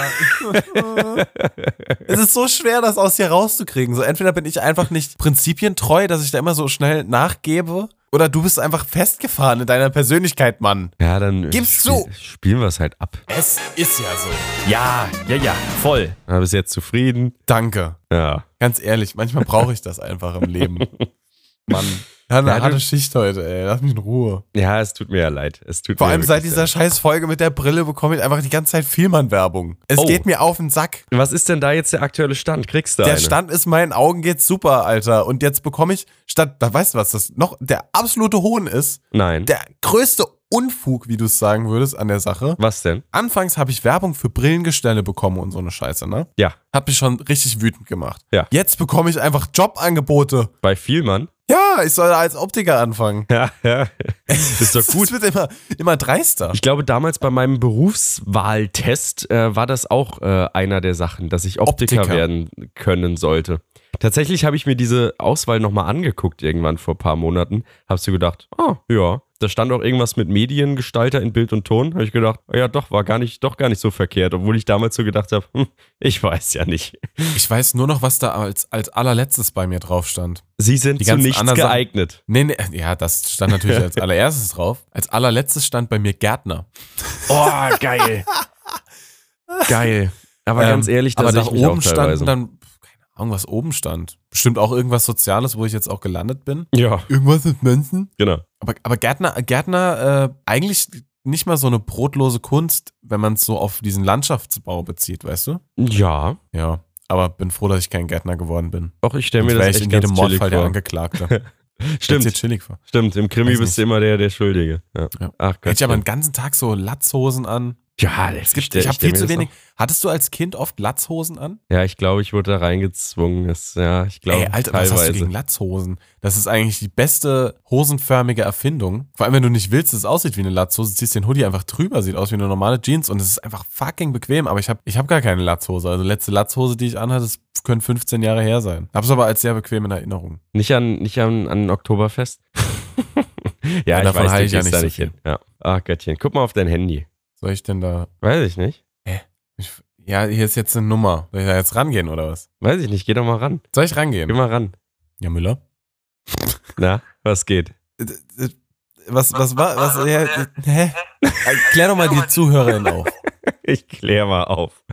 Speaker 2: es ist so schwer, das aus dir rauszukriegen. So entweder bin ich einfach nicht prinzipientreu, dass ich da immer so schnell nachgebe, oder du bist einfach festgefahren in deiner Persönlichkeit, Mann.
Speaker 1: Ja, dann äh,
Speaker 2: Gib's zu.
Speaker 1: spielen wir es halt ab.
Speaker 2: Es ist ja so.
Speaker 1: Ja, ja, ja, voll. Na, bist jetzt zufrieden?
Speaker 2: Danke.
Speaker 1: Ja.
Speaker 2: Ganz ehrlich, manchmal brauche ich das einfach im Leben. Mann. Ja, eine
Speaker 1: Ja, du-
Speaker 2: harte Schicht heute, ey. Lass mich in Ruhe.
Speaker 1: Ja, es tut mir ja leid. Es tut
Speaker 2: Vor
Speaker 1: mir
Speaker 2: allem
Speaker 1: wirklich
Speaker 2: seit dieser
Speaker 1: leid.
Speaker 2: scheiß Folge mit der Brille bekomme ich einfach die ganze Zeit Vielmann-Werbung. Es
Speaker 1: Oh.
Speaker 2: geht mir auf den Sack.
Speaker 1: Was ist denn da jetzt der aktuelle Stand? Kriegst du
Speaker 2: Der
Speaker 1: eine?
Speaker 2: Stand ist meinen Augen geht's super, Alter. Und jetzt bekomme ich statt, da weißt du was, das noch der absolute Hohn ist,
Speaker 1: Nein.
Speaker 2: der größte Unfug, wie du es sagen würdest, an der Sache.
Speaker 1: Was denn?
Speaker 2: Anfangs habe ich Werbung für Brillengestelle bekommen und so eine Scheiße, ne?
Speaker 1: Ja,
Speaker 2: Hat mich schon richtig wütend gemacht.
Speaker 1: Ja.
Speaker 2: Jetzt bekomme ich einfach Jobangebote.
Speaker 1: bei Vielmann.
Speaker 2: Ja, ich soll als Optiker anfangen.
Speaker 1: Ja, ja. Ist doch gut.
Speaker 2: Es wird immer, immer dreister.
Speaker 1: Ich glaube, damals bei meinem Berufswahltest äh, war das auch äh, einer der Sachen, dass ich Optiker,
Speaker 2: Optiker.
Speaker 1: werden können sollte. Tatsächlich habe ich mir diese Auswahl nochmal angeguckt irgendwann vor ein paar Monaten. Habe so gedacht, ah, ja. Da stand auch irgendwas mit Mediengestalter in Bild und Ton. Habe ich gedacht, ja doch, war gar nicht, doch gar nicht so verkehrt, obwohl ich damals so gedacht habe, hm, ich weiß ja nicht.
Speaker 2: Ich weiß nur noch, was da als, als allerletztes bei mir drauf stand.
Speaker 1: Sie sind
Speaker 2: Die
Speaker 1: zu
Speaker 2: ganzen
Speaker 1: nichts
Speaker 2: anderen Sachen-
Speaker 1: geeignet.
Speaker 2: Nee, nee, ja, das stand natürlich als allererstes drauf. Als allerletztes stand bei mir Gärtner.
Speaker 1: Oh, geil. Geil. Aber
Speaker 2: Ähm,
Speaker 1: ganz ehrlich, da
Speaker 2: aber
Speaker 1: sehe
Speaker 2: nach
Speaker 1: ich mich auch
Speaker 2: oben stand
Speaker 1: teilweise.
Speaker 2: und dann, keine Ahnung, was oben stand. Bestimmt auch irgendwas Soziales, wo ich jetzt auch gelandet bin.
Speaker 1: ja,
Speaker 2: Irgendwas mit Menschen?
Speaker 1: genau.
Speaker 2: Aber, aber Gärtner, Gärtner äh, eigentlich nicht mal so eine brotlose Kunst, wenn man es so auf diesen Landschaftsbau bezieht, weißt du?
Speaker 1: Ja,
Speaker 2: Ja. Aber bin froh, dass ich kein Gärtner geworden bin.
Speaker 1: auch ich stelle
Speaker 2: Sonst
Speaker 1: mir
Speaker 2: wär
Speaker 1: das
Speaker 2: ich
Speaker 1: echt
Speaker 2: in jedem
Speaker 1: ganz chillig
Speaker 2: Mordfall der
Speaker 1: vor.
Speaker 2: Angeklagte. Stell's dir
Speaker 1: Stimmt,
Speaker 2: chillig vor.
Speaker 1: stimmt. Im Krimi
Speaker 2: Weiß
Speaker 1: bist du immer der, der Schuldige. Ja.
Speaker 2: Ja.
Speaker 1: Ach
Speaker 2: Hätte
Speaker 1: Gott.
Speaker 2: ich aber den ganzen Tag so Latzhosen an.
Speaker 1: ja, das
Speaker 2: Es gibt,
Speaker 1: stell-
Speaker 2: ich habe
Speaker 1: stell
Speaker 2: viel
Speaker 1: mir
Speaker 2: zu
Speaker 1: das
Speaker 2: wenig. Hattest du als Kind oft Latzhosen an?
Speaker 1: noch- Ja, ich glaube, ich wurde da reingezwungen. Das, ja, ich glaube,
Speaker 2: Ey, Alter,
Speaker 1: teilweise.
Speaker 2: was hast du gegen Latzhosen? Das ist eigentlich die beste hosenförmige Erfindung. Vor allem, wenn du nicht willst, dass es aussieht wie eine Latzhose, ziehst den Hoodie einfach drüber, sieht aus wie eine normale Jeans und es ist einfach fucking bequem. Aber ich habe ich hab gar keine Latzhose. Also letzte Latzhose, die ich anhatte, das können 15 Jahre her sein. Hab's aber als sehr bequem in Erinnerung.
Speaker 1: Nicht an, nicht an, an ein Oktoberfest. ja,
Speaker 2: Ja,
Speaker 1: ich
Speaker 2: davon
Speaker 1: weiß,
Speaker 2: halte
Speaker 1: du
Speaker 2: ich ja
Speaker 1: gehst
Speaker 2: nicht
Speaker 1: da
Speaker 2: so
Speaker 1: nicht
Speaker 2: viel.
Speaker 1: hin. Ja. Ach Göttchen, guck mal auf dein Handy.
Speaker 2: Soll ich denn da...
Speaker 1: Weiß ich nicht.
Speaker 2: Ich, ja, hier ist jetzt eine Nummer. Soll ich da jetzt rangehen oder was?
Speaker 1: Weiß ich nicht, geh doch mal ran.
Speaker 2: Soll ich
Speaker 1: Geh
Speaker 2: rangehen?
Speaker 1: mal ran.
Speaker 2: Ja, Müller.
Speaker 1: Na, was geht?
Speaker 2: Was, was war... Was, ja, hä? Klär doch mal die Zuhörerin auf.
Speaker 1: Ich klär mal auf.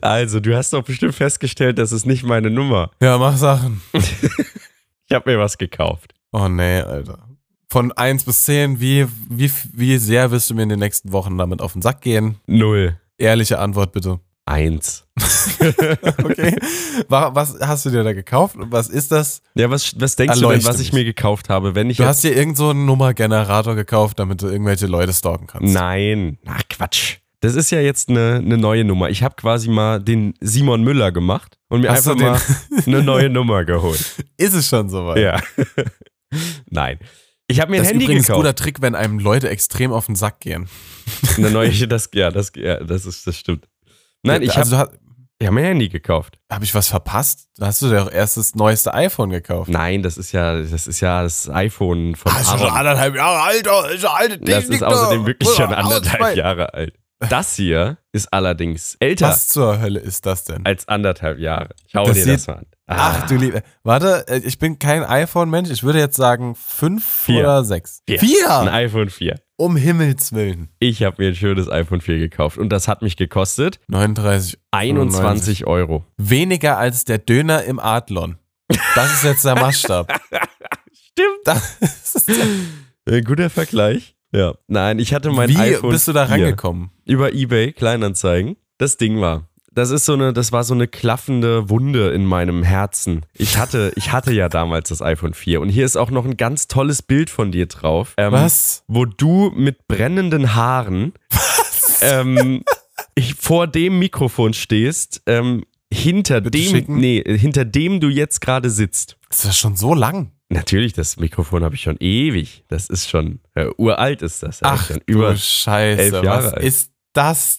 Speaker 1: Also, du hast doch bestimmt festgestellt, das ist nicht meine Nummer.
Speaker 2: Ja, mach Sachen.
Speaker 1: Ich habe mir was gekauft.
Speaker 2: Oh nee, Alter. Von 1 bis 10, wie, wie, wie sehr wirst du mir in den nächsten Wochen damit auf den Sack gehen?
Speaker 1: Null.
Speaker 2: Ehrliche Antwort bitte.
Speaker 1: Eins.
Speaker 2: Okay. Wa- was hast du dir da gekauft? Und Was ist das?
Speaker 1: Ja, was, was denkst du
Speaker 2: Erleuchte
Speaker 1: denn, was ich
Speaker 2: mich.
Speaker 1: mir gekauft habe, wenn ich
Speaker 2: Du
Speaker 1: jetzt-
Speaker 2: hast dir irgend so einen Nummergenerator gekauft, damit du irgendwelche Leute stalken kannst.
Speaker 1: Nein, ach Quatsch. Das ist ja jetzt eine, eine neue Nummer. Ich habe quasi mal den Simon Müller gemacht und mir
Speaker 2: Hast du
Speaker 1: einfach mal eine neue Nummer geholt.
Speaker 2: Ist es schon soweit?
Speaker 1: Ja. Nein. Ich habe mir
Speaker 2: Das
Speaker 1: ein
Speaker 2: ist
Speaker 1: Handy
Speaker 2: übrigens ein
Speaker 1: gekauft.
Speaker 2: guter Trick, wenn einem Leute extrem auf den Sack gehen.
Speaker 1: Eine neue, das, ja, das, ja, das ist, das stimmt. Nein, ich habe
Speaker 2: also, habe
Speaker 1: ich hab mir ein Handy gekauft.
Speaker 2: hab ich was verpasst? Hast du dir doch erst das neueste iPhone gekauft?
Speaker 1: Nein, das ist ja, das ist ja das iPhone von
Speaker 2: Ah, ist schon
Speaker 1: Aaron.
Speaker 2: anderthalb Jahre alt, oh, ist schon alte
Speaker 1: Das ist
Speaker 2: Technik,
Speaker 1: außerdem
Speaker 2: doch.
Speaker 1: wirklich schon
Speaker 2: Aus-
Speaker 1: anderthalb Jahre alt. Das hier ist allerdings älter
Speaker 2: Was zur Hölle ist das denn?
Speaker 1: als anderthalb Jahre. Schau
Speaker 2: Das
Speaker 1: dir
Speaker 2: sieht-
Speaker 1: das mal an.
Speaker 2: Ach du liebe. Warte, äh, ich bin kein iPhone-Mensch. Ich würde jetzt sagen fünf
Speaker 1: Vier.
Speaker 2: oder sechs.
Speaker 1: Vier.
Speaker 2: Ah.
Speaker 1: Ein iPhone 4.
Speaker 2: Um Himmels Willen.
Speaker 1: Ich habe mir ein schönes iPhone 4 gekauft und das hat mich gekostet
Speaker 2: 39.
Speaker 1: 21 Euro.
Speaker 2: Weniger als der Döner im Adlon. Das ist jetzt der Maßstab.
Speaker 1: Stimmt.
Speaker 2: Das ist
Speaker 1: guter Vergleich. Ja. Nein, ich hatte mein
Speaker 2: Äh, Wie
Speaker 1: iPhone
Speaker 2: bist du da
Speaker 1: 4
Speaker 2: rangekommen?
Speaker 1: über eBay Kleinanzeigen. Das Ding war, das ist so eine, das war so eine klaffende Wunde in meinem Herzen. Ich hatte, ich hatte ja damals das iPhone 4 und hier ist auch noch ein ganz tolles Bild von dir drauf. Ähm,
Speaker 2: Was?
Speaker 1: wo du mit brennenden Haaren ähm, ich, vor dem Mikrofon stehst, ähm, hinter
Speaker 2: Bitte
Speaker 1: dem,
Speaker 2: schicken.
Speaker 1: nee, äh, hinter dem du jetzt gerade sitzt.
Speaker 2: Ist das schon so lang?
Speaker 1: Natürlich, das Mikrofon habe ich schon ewig. Das ist schon äh, uralt, ist das. Das ist
Speaker 2: Ach
Speaker 1: schon über
Speaker 2: du Scheiße.
Speaker 1: elf Jahre
Speaker 2: was
Speaker 1: alt.
Speaker 2: ist das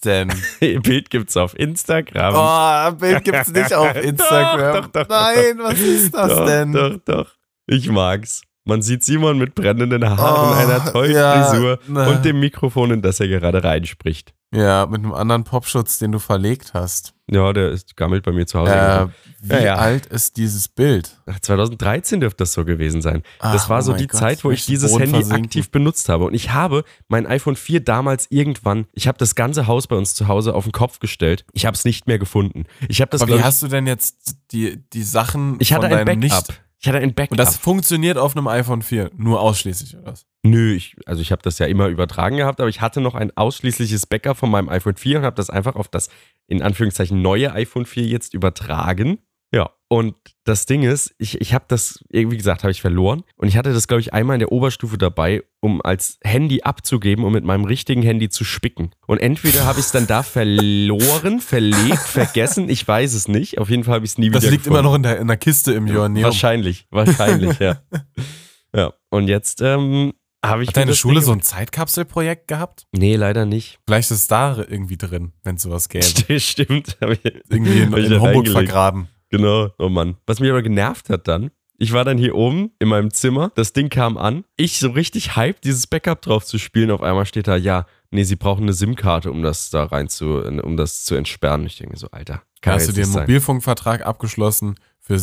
Speaker 2: denn?
Speaker 1: Bild gibt's auf Instagram.
Speaker 2: Oh, Bild gibt's nicht auf Instagram.
Speaker 1: Doch, doch, doch,
Speaker 2: Nein, was ist das
Speaker 1: doch,
Speaker 2: denn?
Speaker 1: doch, doch. Ich mag's. Man sieht Simon mit brennenden Haaren,
Speaker 2: Oh,
Speaker 1: einer tollen
Speaker 2: ja, ne.
Speaker 1: Frisur
Speaker 2: na.
Speaker 1: und dem Mikrofon, in das er gerade reinspricht.
Speaker 2: Ja, mit einem anderen Popschutz, den du verlegt hast.
Speaker 1: Ja, der ist gammelt bei mir zu Hause.
Speaker 2: Äh, wie
Speaker 1: Ja, ja.
Speaker 2: alt ist dieses Bild?
Speaker 1: Ach, 2013 dürfte das so gewesen sein.
Speaker 2: Ach,
Speaker 1: das war
Speaker 2: oh
Speaker 1: so
Speaker 2: mein
Speaker 1: die
Speaker 2: Gott,
Speaker 1: Zeit, wo ich
Speaker 2: möchte
Speaker 1: dieses
Speaker 2: Boden
Speaker 1: Handy
Speaker 2: versinken.
Speaker 1: aktiv benutzt habe. Und ich habe mein iPhone 4 damals irgendwann, ich habe das ganze Haus bei uns zu Hause auf den Kopf gestellt. Ich habe es nicht mehr gefunden. Ich habe das,
Speaker 2: Aber wie
Speaker 1: glaub
Speaker 2: hast du denn jetzt die, die Sachen
Speaker 1: ich, ich hatte
Speaker 2: von
Speaker 1: ein
Speaker 2: deinem
Speaker 1: Backup.
Speaker 2: Nicht...
Speaker 1: Ich hatte ein Backup.
Speaker 2: Und das funktioniert auf einem iPhone 4, nur ausschließlich, oder was?
Speaker 1: Nö, ich, also ich habe das ja immer übertragen gehabt, aber ich hatte noch ein ausschließliches Backup von meinem iPhone 4 und habe das einfach auf das in Anführungszeichen neue iPhone 4 jetzt übertragen. Ja, und das Ding ist, ich, ich habe das, eh, wie gesagt, habe ich verloren und ich hatte das, glaube ich, einmal in der Oberstufe dabei, um als Handy abzugeben, um mit meinem richtigen Handy zu spicken. Und entweder habe ich es dann da verloren, verlegt, vergessen, ich weiß es nicht. Auf jeden Fall habe ich es nie wieder
Speaker 2: Das liegt immer
Speaker 1: gefunden.
Speaker 2: noch in der, in der Kiste im Joanneum. Hat
Speaker 1: Wahrscheinlich, wahrscheinlich, ja. Ja, und jetzt ähm, habe ich mir
Speaker 2: deine
Speaker 1: das
Speaker 2: Schule
Speaker 1: Ding
Speaker 2: so ein Zeitkapselprojekt gehabt?
Speaker 1: Nee, leider nicht.
Speaker 2: Vielleicht ist da irgendwie drin, wenn sowas gäbe.
Speaker 1: Stimmt. hab ich-
Speaker 2: Irgendwie in,
Speaker 1: hab ich
Speaker 2: in
Speaker 1: da
Speaker 2: Homburg
Speaker 1: reingelegt.
Speaker 2: vergraben.
Speaker 1: Genau. Oh Mann. Was mich aber genervt hat dann, ich war dann hier oben in meinem Zimmer, das Ding kam an, ich so richtig hyped, dieses Backup drauf zu spielen, auf einmal steht da, ja, nee, sie brauchen eine SIM-Karte, um das da rein zu, um das zu entsperren. Ich denke mir so, Alter, kann
Speaker 2: Hast du
Speaker 1: jetzt
Speaker 2: dir
Speaker 1: nicht
Speaker 2: einen
Speaker 1: sein.
Speaker 2: Mobilfunkvertrag abgeschlossen für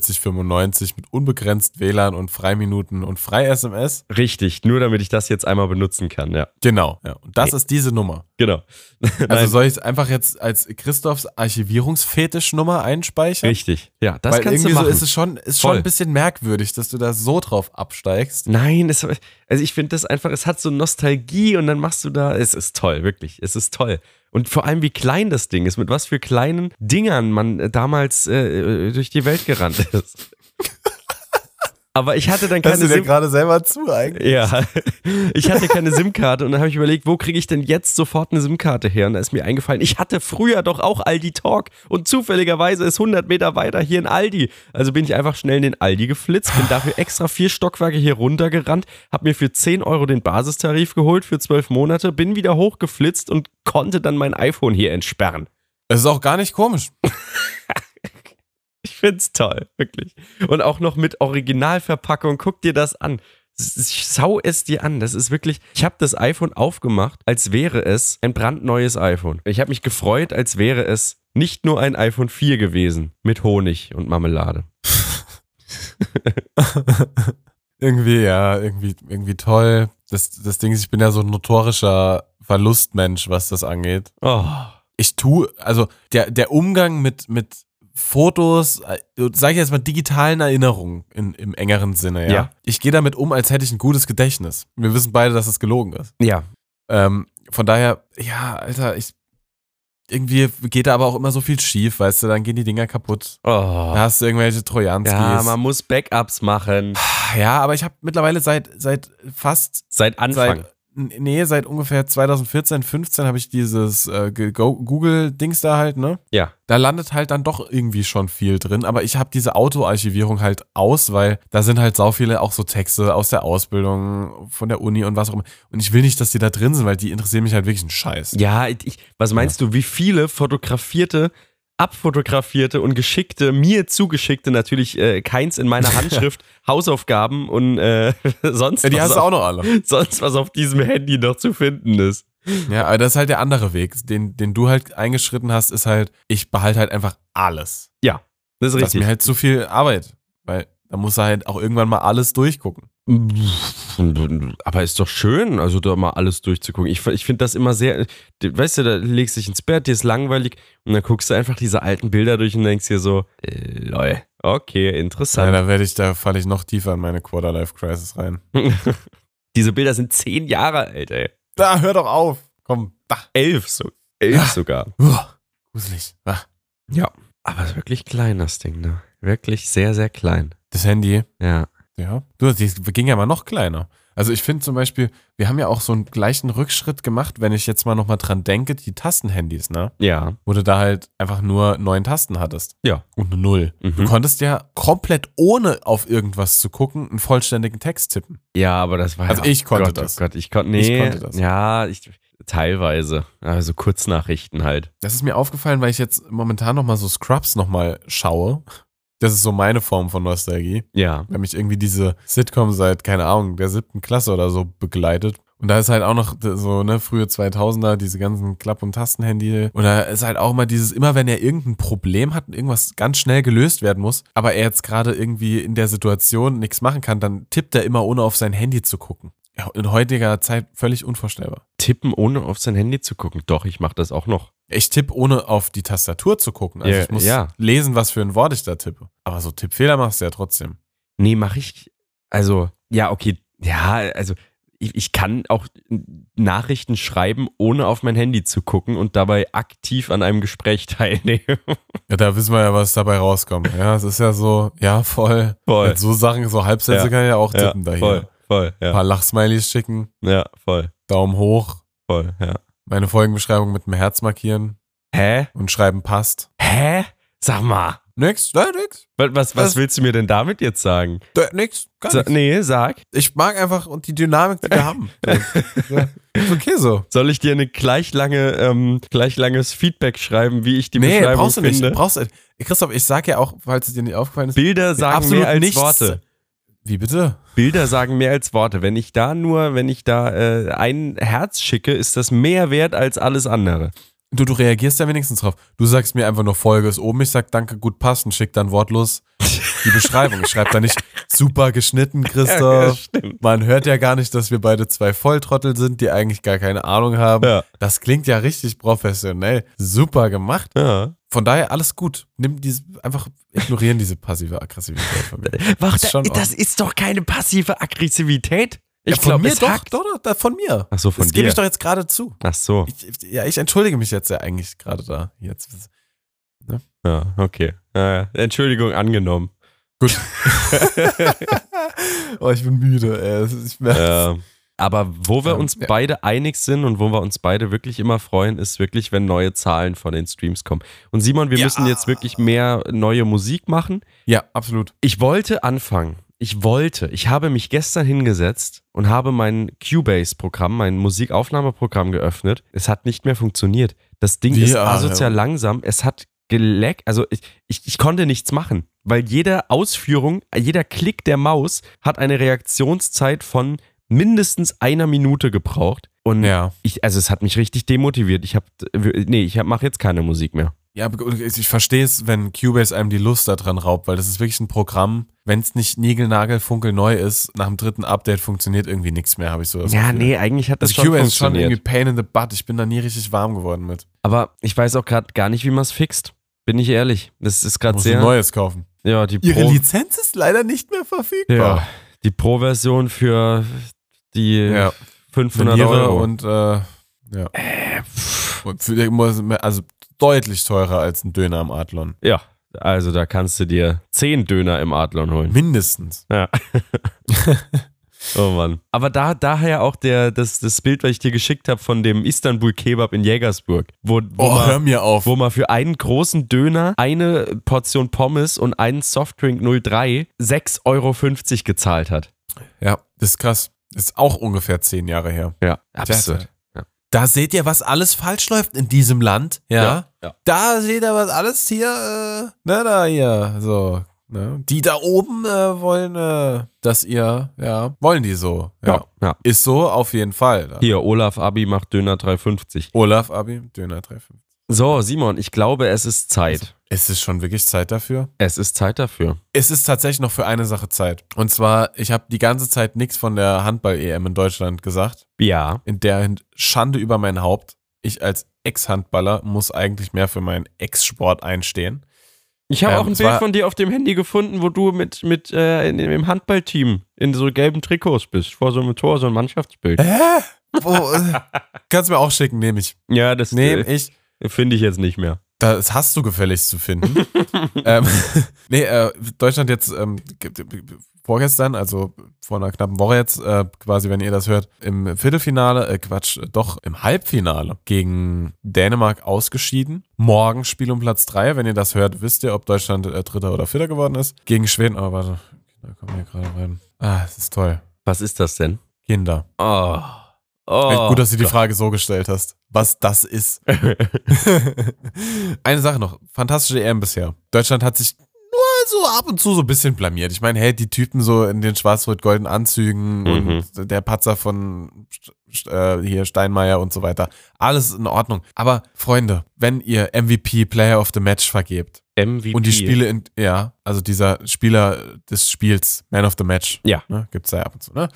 Speaker 2: 46,95 mit unbegrenzt WLAN und Freiminuten und frei SMS?
Speaker 1: Richtig, nur damit ich das jetzt einmal benutzen kann, ja.
Speaker 2: Genau. Ja. Und das
Speaker 1: Nee.
Speaker 2: ist diese Nummer.
Speaker 1: Genau.
Speaker 2: Also
Speaker 1: Nein.
Speaker 2: soll ich es einfach jetzt als Christophs Archivierungsfetischnummer einspeichern?
Speaker 1: Richtig. Ja, das
Speaker 2: Weil
Speaker 1: kannst du
Speaker 2: irgendwie
Speaker 1: machen.
Speaker 2: so ist es schon, ist schon
Speaker 1: Voll.
Speaker 2: ein bisschen merkwürdig, dass du da so drauf absteigst.
Speaker 1: Nein, es, also ich finde das einfach, es hat so Nostalgie und dann machst du da, es ist toll, wirklich, es ist toll. Und vor allem, wie klein das Ding ist, mit was für kleinen Dingern man äh, damals äh, äh, durch die Welt gerannt ist. Aber ich hatte dann keine
Speaker 2: Hörst du dir
Speaker 1: SIM
Speaker 2: gerade selber zu eigentlich?
Speaker 1: ja, ich hatte keine SIM-Karte und dann habe ich überlegt, wo kriege ich denn jetzt sofort eine SIM-Karte her? Und da ist mir eingefallen, ich hatte früher doch auch Aldi Talk und zufälligerweise ist 100 Meter weiter hier ein Aldi. Also bin ich einfach schnell in den Aldi geflitzt, bin dafür extra vier Stockwerke hier runtergerannt, habe mir für 10 Euro den Basistarif geholt für 12 Monate, bin wieder hochgeflitzt und konnte dann mein iPhone hier entsperren.
Speaker 2: Es ist auch gar nicht komisch.
Speaker 1: Ich find's toll, wirklich. Und auch noch mit Originalverpackung. Guck dir das an. S- s- Sau es dir an. Das ist wirklich. Ich habe das iPhone aufgemacht, als wäre es ein brandneues iPhone. Ich habe mich gefreut, als wäre es nicht nur ein iPhone 4 gewesen mit Honig und Marmelade.
Speaker 2: Irgendwie, ja, irgendwie, irgendwie toll. Das, das Ding ist, ich bin ja so ein notorischer Verlustmensch, was das angeht.
Speaker 1: Oh,
Speaker 2: Ich tue, also der, der Umgang mit, mit Fotos, sage ich jetzt mal digitalen Erinnerungen in, im engeren Sinne, ja.
Speaker 1: Ja.
Speaker 2: Ich gehe damit um, als hätte ich ein gutes Gedächtnis. Wir wissen beide, dass es gelogen ist.
Speaker 1: ja.
Speaker 2: Ähm, von daher, ja, Alter, ich. Irgendwie geht da aber auch immer so viel schief, weißt du, dann gehen die Dinger kaputt.
Speaker 1: Oh.
Speaker 2: Da hast du irgendwelche Trojanskis. Ah,
Speaker 1: Ja, man muss Backups machen.
Speaker 2: ja aber ich habe mittlerweile seit, seit fast.
Speaker 1: Seit Anfang.
Speaker 2: Seit, n- nee, seit ungefähr 2014, 15 habe ich dieses äh, Ge- Go- Google-Dings da halt, ne?
Speaker 1: ja.
Speaker 2: Da landet halt dann doch irgendwie schon viel drin, aber ich habe diese Autoarchivierung halt aus, weil da sind halt sau viele auch so Texte aus der Ausbildung, von der Uni und was auch immer. Und ich will nicht, dass die da drin sind, weil die interessieren mich halt wirklich einen Scheiß.
Speaker 1: Ja, ich, was meinst du, wie viele fotografierte, abfotografierte und geschickte, mir zugeschickte, natürlich äh, keins in meiner Handschrift, Hausaufgaben und äh, sonst,
Speaker 2: Ja, die
Speaker 1: was
Speaker 2: hast du auch noch alle.
Speaker 1: sonst was auf diesem Handy noch zu finden ist.
Speaker 2: Ja, aber das ist halt der andere Weg. Den, den du halt eingeschritten hast, ist halt, ich behalte halt einfach alles.
Speaker 1: Das ist
Speaker 2: Das ist mir
Speaker 1: richtig.
Speaker 2: halt zu viel Arbeit. Weil da muss er halt auch irgendwann mal alles durchgucken.
Speaker 1: Aber ist doch schön, also da mal alles durchzugucken. Ich, ich finde das immer sehr, weißt du, da legst du dich ins Bett, dir ist langweilig und dann guckst du einfach diese alten Bilder durch und denkst dir so, äh, lol, okay, interessant.
Speaker 2: Ja, da werde ich, da falle ich noch tiefer in meine Quarterlife-Crisis rein.
Speaker 1: Diese Bilder sind zehn Jahre alt, ey.
Speaker 2: Da, hör doch auf. Komm, da.
Speaker 1: Elf, so, elf
Speaker 2: Ah.
Speaker 1: sogar.
Speaker 2: Uah, gruselig. Ah,
Speaker 1: Aber es ist wirklich klein, das Ding, ne? Wirklich sehr, sehr klein.
Speaker 2: Das Handy.
Speaker 1: Ja.
Speaker 2: Ja. Du, die ging ja mal noch kleiner. Also ich finde zum Beispiel, wir haben ja auch so einen gleichen Rückschritt gemacht, wenn ich jetzt mal nochmal dran denke, die Tastenhandys, ne?
Speaker 1: Ja.
Speaker 2: Wo du da halt einfach nur neun Tasten hattest.
Speaker 1: Ja.
Speaker 2: Und eine Null. Du
Speaker 1: Mhm.
Speaker 2: konntest ja komplett ohne auf irgendwas zu gucken einen vollständigen Text tippen.
Speaker 1: Ja, aber das war
Speaker 2: Also
Speaker 1: ja,
Speaker 2: ich konnte
Speaker 1: Gott,
Speaker 2: das.
Speaker 1: Oh Gott, ich konnte, nee,
Speaker 2: Ich konnte das.
Speaker 1: Ja, ich, teilweise. Also Kurznachrichten halt.
Speaker 2: Das ist mir aufgefallen, weil ich jetzt momentan nochmal so Scrubs nochmal schaue. Das ist so meine Form von Nostalgie.
Speaker 1: Ja.
Speaker 2: Weil mich irgendwie diese Sitcom seit, keine Ahnung, der siebten Klasse oder so begleitet. Und da ist halt auch noch so, ne, frühe 2000er, diese ganzen Klapp- und Tastenhandy. Und da ist halt auch immer dieses, immer wenn er irgendein Problem hat und irgendwas ganz schnell gelöst werden muss, aber er jetzt gerade irgendwie in der Situation nichts machen kann, dann tippt er immer ohne auf sein Handy zu gucken. Ja, In heutiger Zeit völlig unvorstellbar.
Speaker 1: Tippen, ohne auf sein Handy zu gucken. Doch, ich mache das auch noch.
Speaker 2: Ich tippe ohne auf die Tastatur zu gucken. Also
Speaker 1: Ja,
Speaker 2: ich muss
Speaker 1: ja.
Speaker 2: lesen, was für ein Wort ich da tippe. Aber so Tippfehler machst du ja trotzdem.
Speaker 1: Nee, mache ich. Also, ja, okay. Ja, also ich, ich kann auch Nachrichten schreiben, ohne auf mein Handy zu gucken und dabei aktiv an einem Gespräch teilnehmen.
Speaker 2: Ja, da wissen wir ja, was dabei rauskommt. Ja, es ist ja so, ja, voll.
Speaker 1: Voll.
Speaker 2: Mit so Sachen, so Halbsätze
Speaker 1: Ja.
Speaker 2: kann ich ja auch tippen da hier.
Speaker 1: voll, voll,
Speaker 2: Ein
Speaker 1: ja.
Speaker 2: paar Lachsmileys schicken,
Speaker 1: Ja, voll,
Speaker 2: Daumen hoch,
Speaker 1: voll, ja.
Speaker 2: meine Folgenbeschreibung mit einem Herz markieren
Speaker 1: Hä?
Speaker 2: und schreiben passt.
Speaker 1: Hä? Sag mal.
Speaker 2: Nix, ne, nix,
Speaker 1: Was, was, was
Speaker 2: Was?
Speaker 1: willst du mir denn damit jetzt sagen?
Speaker 2: da, nix, gar
Speaker 1: Sa
Speaker 2: nix.
Speaker 1: nee, sag.
Speaker 2: Ich mag einfach und die Dynamik, die wir haben. Ja, ist okay so.
Speaker 1: Soll ich dir eine gleich lange, ähm, gleich langes Feedback schreiben, wie ich die
Speaker 2: Nee,
Speaker 1: Beschreibung
Speaker 2: brauchst du nicht.
Speaker 1: finde?
Speaker 2: Brauchst du, Christoph, ich sag ja auch, falls es dir nicht aufgefallen ist,
Speaker 1: Bilder sagen
Speaker 2: absolut
Speaker 1: mehr als
Speaker 2: nichts.
Speaker 1: Worte.
Speaker 2: Wie bitte?
Speaker 1: Bilder sagen mehr als Worte. Wenn ich da nur, wenn ich da äh, ein Herz schicke, ist das mehr wert als alles andere.
Speaker 2: Du, du reagierst ja wenigstens drauf. Du sagst mir einfach nur Folge ist oben, ich sag danke, gut passt und schick dann wortlos die Beschreibung. Ich schreib da nicht super geschnitten,
Speaker 1: Ja,
Speaker 2: Christoph.
Speaker 1: stimmt.
Speaker 2: Man hört ja gar nicht, dass wir beide zwei Volltrottel sind, die eigentlich gar keine Ahnung haben.
Speaker 1: Ja.
Speaker 2: Das klingt ja richtig professionell. Super gemacht.
Speaker 1: Ja.
Speaker 2: Von daher alles gut. Nimm diese, einfach ignorieren diese passive Aggressivität von mir.
Speaker 1: Wach,
Speaker 2: Ist schon
Speaker 1: da, das ist doch keine passive Aggressivität.
Speaker 2: Ja,
Speaker 1: Ich
Speaker 2: von
Speaker 1: glaube,
Speaker 2: mir
Speaker 1: es
Speaker 2: doch,
Speaker 1: hackt.
Speaker 2: doch, doch, da- von mir.
Speaker 1: Ach so, von
Speaker 2: das gebe
Speaker 1: dir.
Speaker 2: ich doch jetzt gerade zu.
Speaker 1: Ach so.
Speaker 2: Ich, ja, ich entschuldige mich jetzt ja eigentlich gerade da. Jetzt.
Speaker 1: Ja, okay. Äh, Entschuldigung angenommen.
Speaker 2: oh, ich bin müde, ey. Es ist- Ich merke
Speaker 1: Ähm, aber wo wir
Speaker 2: Ähm,
Speaker 1: uns
Speaker 2: ja.
Speaker 1: beide einig sind und wo wir uns beide wirklich immer freuen, ist wirklich, wenn neue Zahlen von den Streams kommen. Und Simon, wir
Speaker 2: Ja.
Speaker 1: müssen jetzt wirklich mehr neue Musik machen.
Speaker 2: Ja, absolut.
Speaker 1: Ich wollte anfangen. Ich wollte. Ich habe mich gestern hingesetzt und habe mein Cubase-Programm, mein Musikaufnahmeprogramm geöffnet. Es hat nicht mehr funktioniert. Das Ding
Speaker 2: Wie,
Speaker 1: ist
Speaker 2: ah,
Speaker 1: asozial langsam. Es hat geleckt. Also ich, ich, ich konnte nichts machen, weil jede Ausführung, jeder Klick der Maus hat eine Reaktionszeit von mindestens einer Minute gebraucht. Und
Speaker 2: Ja.
Speaker 1: ich, also es hat mich richtig demotiviert. Ich habe, nee, ich mache jetzt keine Musik mehr.
Speaker 2: Ja, aber ich verstehe es, wenn Cubase einem die Lust daran raubt, weil das ist wirklich ein Programm, wenn es nicht niegelnagel funkelneu ist, nach dem dritten Update funktioniert irgendwie nichts mehr, habe ich so das
Speaker 1: ja,
Speaker 2: Gefühl.
Speaker 1: nee, eigentlich hat das
Speaker 2: Also
Speaker 1: schon
Speaker 2: Cubase ist schon
Speaker 1: funktioniert.
Speaker 2: irgendwie Pain in the Butt. Ich bin da nie richtig warm geworden mit.
Speaker 1: Aber ich weiß auch gerade gar nicht, wie man es fixt. Bin ich ehrlich. Das ist gerade
Speaker 2: Muss ein
Speaker 1: sehr.
Speaker 2: neues kaufen.
Speaker 1: ja, die
Speaker 2: Ihre
Speaker 1: Pro,
Speaker 2: Lizenz ist leider nicht mehr
Speaker 1: ja,
Speaker 2: verfügbar.
Speaker 1: die Pro-Version für die
Speaker 2: Ja.
Speaker 1: 500
Speaker 2: Turniere
Speaker 1: Euro. Äh,
Speaker 2: und äh, ja. und für, muss- also deutlich teurer als ein Döner am Adlon.
Speaker 1: ja, also da kannst du dir 10 Döner im Adlon holen.
Speaker 2: Mindestens.
Speaker 1: Ja. oh Mann. Aber da, daher auch der, das, das Bild, was ich dir geschickt habe von dem Istanbul-Kebab in Jägersburg, wo, wo
Speaker 2: Oh, hör
Speaker 1: man
Speaker 2: mir auf.
Speaker 1: wo man für einen großen Döner, eine Portion Pommes und einen Softdrink 03 6,50 Euro gezahlt hat.
Speaker 2: Ja, das ist krass. Ist auch ungefähr zehn Jahre her.
Speaker 1: Ja,
Speaker 2: Derzeit. Da seht ihr, was alles falsch läuft in diesem Land. Ja.
Speaker 1: ja.
Speaker 2: Da seht ihr, was alles hier, äh, ne, da hier, so. Ne? Die da oben äh, wollen, äh, dass ihr, ja, wollen die so. Ja.
Speaker 1: Ja. ja.
Speaker 2: Ist so auf jeden Fall. Da.
Speaker 1: Hier, Olaf Abi macht Döner 3,50.
Speaker 2: Olaf Abi, Döner treffen.
Speaker 1: So, Simon, ich glaube, es ist Zeit.
Speaker 2: Es ist schon wirklich Zeit dafür.
Speaker 1: Es ist Zeit dafür.
Speaker 2: Es ist tatsächlich noch für eine Sache Zeit. Und zwar, ich habe die ganze Zeit nichts von der Handball-EM in Deutschland gesagt.
Speaker 1: Ja.
Speaker 2: in der Hin- Schande über mein Haupt. Ich als Ex-Handballer muss eigentlich mehr für meinen Ex-Sport einstehen.
Speaker 1: Ich habe
Speaker 2: Ähm,
Speaker 1: auch ein
Speaker 2: es
Speaker 1: Bild
Speaker 2: war-
Speaker 1: von dir auf dem Handy gefunden, wo du mit, mit äh, in, im Handballteam in so gelben Trikots bist. Vor so einem Tor, so ein Mannschaftsbild.
Speaker 2: Hä? Wo, äh, kannst du mir auch schicken, nehme ich.
Speaker 1: Ja, das
Speaker 2: Nehme
Speaker 1: äh,
Speaker 2: ich.
Speaker 1: finde ich jetzt nicht mehr.
Speaker 2: Das hast du gefälligst zu finden. ähm, nee, äh, Deutschland jetzt ähm, ge- ge- ge- vorgestern, also vor einer knappen Woche jetzt, äh, quasi, wenn ihr das hört, im Viertelfinale, äh, Quatsch, äh, doch im Halbfinale gegen Dänemark ausgeschieden. Morgen Spiel um Platz drei. Wenn ihr das hört, wisst ihr, ob Deutschland äh, Dritter oder Vierter geworden ist. Gegen Schweden, oh, warte, da kommen wir gerade rein. Ah, es ist toll.
Speaker 1: Was ist das denn?
Speaker 2: Kinder.
Speaker 1: Oh. Oh.
Speaker 2: Gut, dass du die Frage so gestellt hast, was das ist. Eine Sache noch, fantastische EM bisher. Deutschland hat sich nur so ab und zu so ein bisschen blamiert. Ich meine, hey, die Typen so in den schwarz-rot-goldenen Anzügen
Speaker 1: Mhm.
Speaker 2: und der Patzer von St- St- äh, hier Steinmeier und so weiter. Alles in Ordnung. Aber Freunde, wenn ihr MVP Player of the Match vergebt
Speaker 1: MVP.
Speaker 2: und die Spiele in, ja, also dieser Spieler des Spiels, Man of the Match,
Speaker 1: Ja.
Speaker 2: ne, gibt's da ja ab und zu, ne?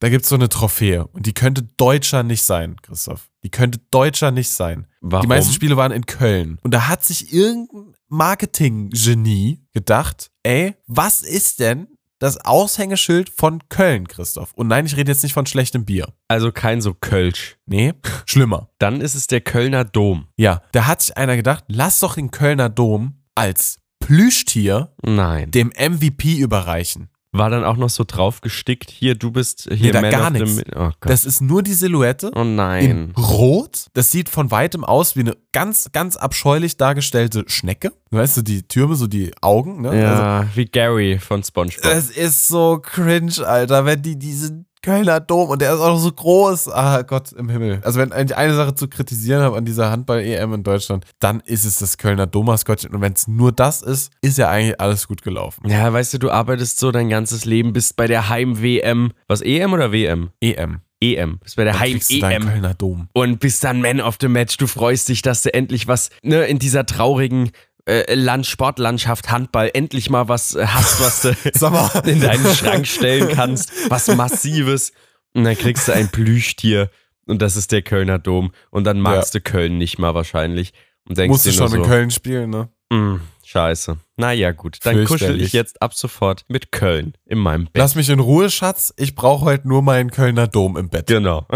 Speaker 2: Da gibt's so eine Trophäe und die könnte deutscher nicht sein, Christoph. Die könnte deutscher nicht sein.
Speaker 1: Warum?
Speaker 2: Die meisten Spiele waren in Köln. Und da hat sich irgendein Marketing-Genie gedacht, ey, was ist denn das Aushängeschild von Köln, Christoph? Und nein, ich rede jetzt nicht von schlechtem Bier.
Speaker 1: also kein so Kölsch.
Speaker 2: Nee, schlimmer.
Speaker 1: Dann ist es der Kölner Dom.
Speaker 2: Ja, da hat sich einer gedacht, lass doch den Kölner Dom als Plüschtier
Speaker 1: Nein.
Speaker 2: dem MVP überreichen.
Speaker 1: War dann auch noch so drauf gestickt, hier, du bist hier
Speaker 2: da
Speaker 1: Man
Speaker 2: gar
Speaker 1: of the
Speaker 2: nichts.
Speaker 1: Mi- Oh Gott.
Speaker 2: Das ist nur die Silhouette
Speaker 1: oh nein.
Speaker 2: in Rot. Das sieht von weitem aus wie eine ganz, ganz abscheulich dargestellte Schnecke. Weißt du, die Türme, so die Augen. Ne? Also, Äh.
Speaker 1: Ja, wie Gary von SpongeBob.
Speaker 2: es ist so cringe, Alter, wenn die diesen Kölner Dom und der ist auch noch so groß. Ah Gott im Himmel. Also wenn ich eine Sache zu kritisieren habe an dieser Handball-EM in Deutschland, dann ist es das Kölner Dom-Maskottchen. Und wenn es nur das ist, ist ja eigentlich alles gut gelaufen.
Speaker 1: Ja, weißt du, du arbeitest so dein ganzes Leben, bist bei der Heim-WM. Was, EM E oder WM?
Speaker 2: EM.
Speaker 1: EM. Bist bei der
Speaker 2: Kriegst du deinen
Speaker 1: Heim-EM
Speaker 2: Kölner Dom.
Speaker 1: und bist dann Man of the Match. Du freust dich, dass du endlich was ne, in dieser traurigen äh, Land Sportlandschaft Handball endlich mal was äh, hast, was du
Speaker 2: Sag mal.
Speaker 1: in deinen Schrank stellen kannst. Was Massives. Und dann kriegst du ein Plüschtier und das ist der Kölner Dom. Und dann magst du Köln nicht mal wahrscheinlich. Und denkst
Speaker 2: Musst du
Speaker 1: dir
Speaker 2: schon
Speaker 1: nur
Speaker 2: in
Speaker 1: so,
Speaker 2: Köln spielen, ne?
Speaker 1: "Mm, scheiße. Naja gut, dann kuschel
Speaker 2: Fürchterlich.
Speaker 1: ich jetzt ab sofort mit Köln in meinem Bett.
Speaker 2: Lass mich in Ruhe, Schatz. Ich brauche heute nur meinen Kölner Dom im Bett.
Speaker 1: genau.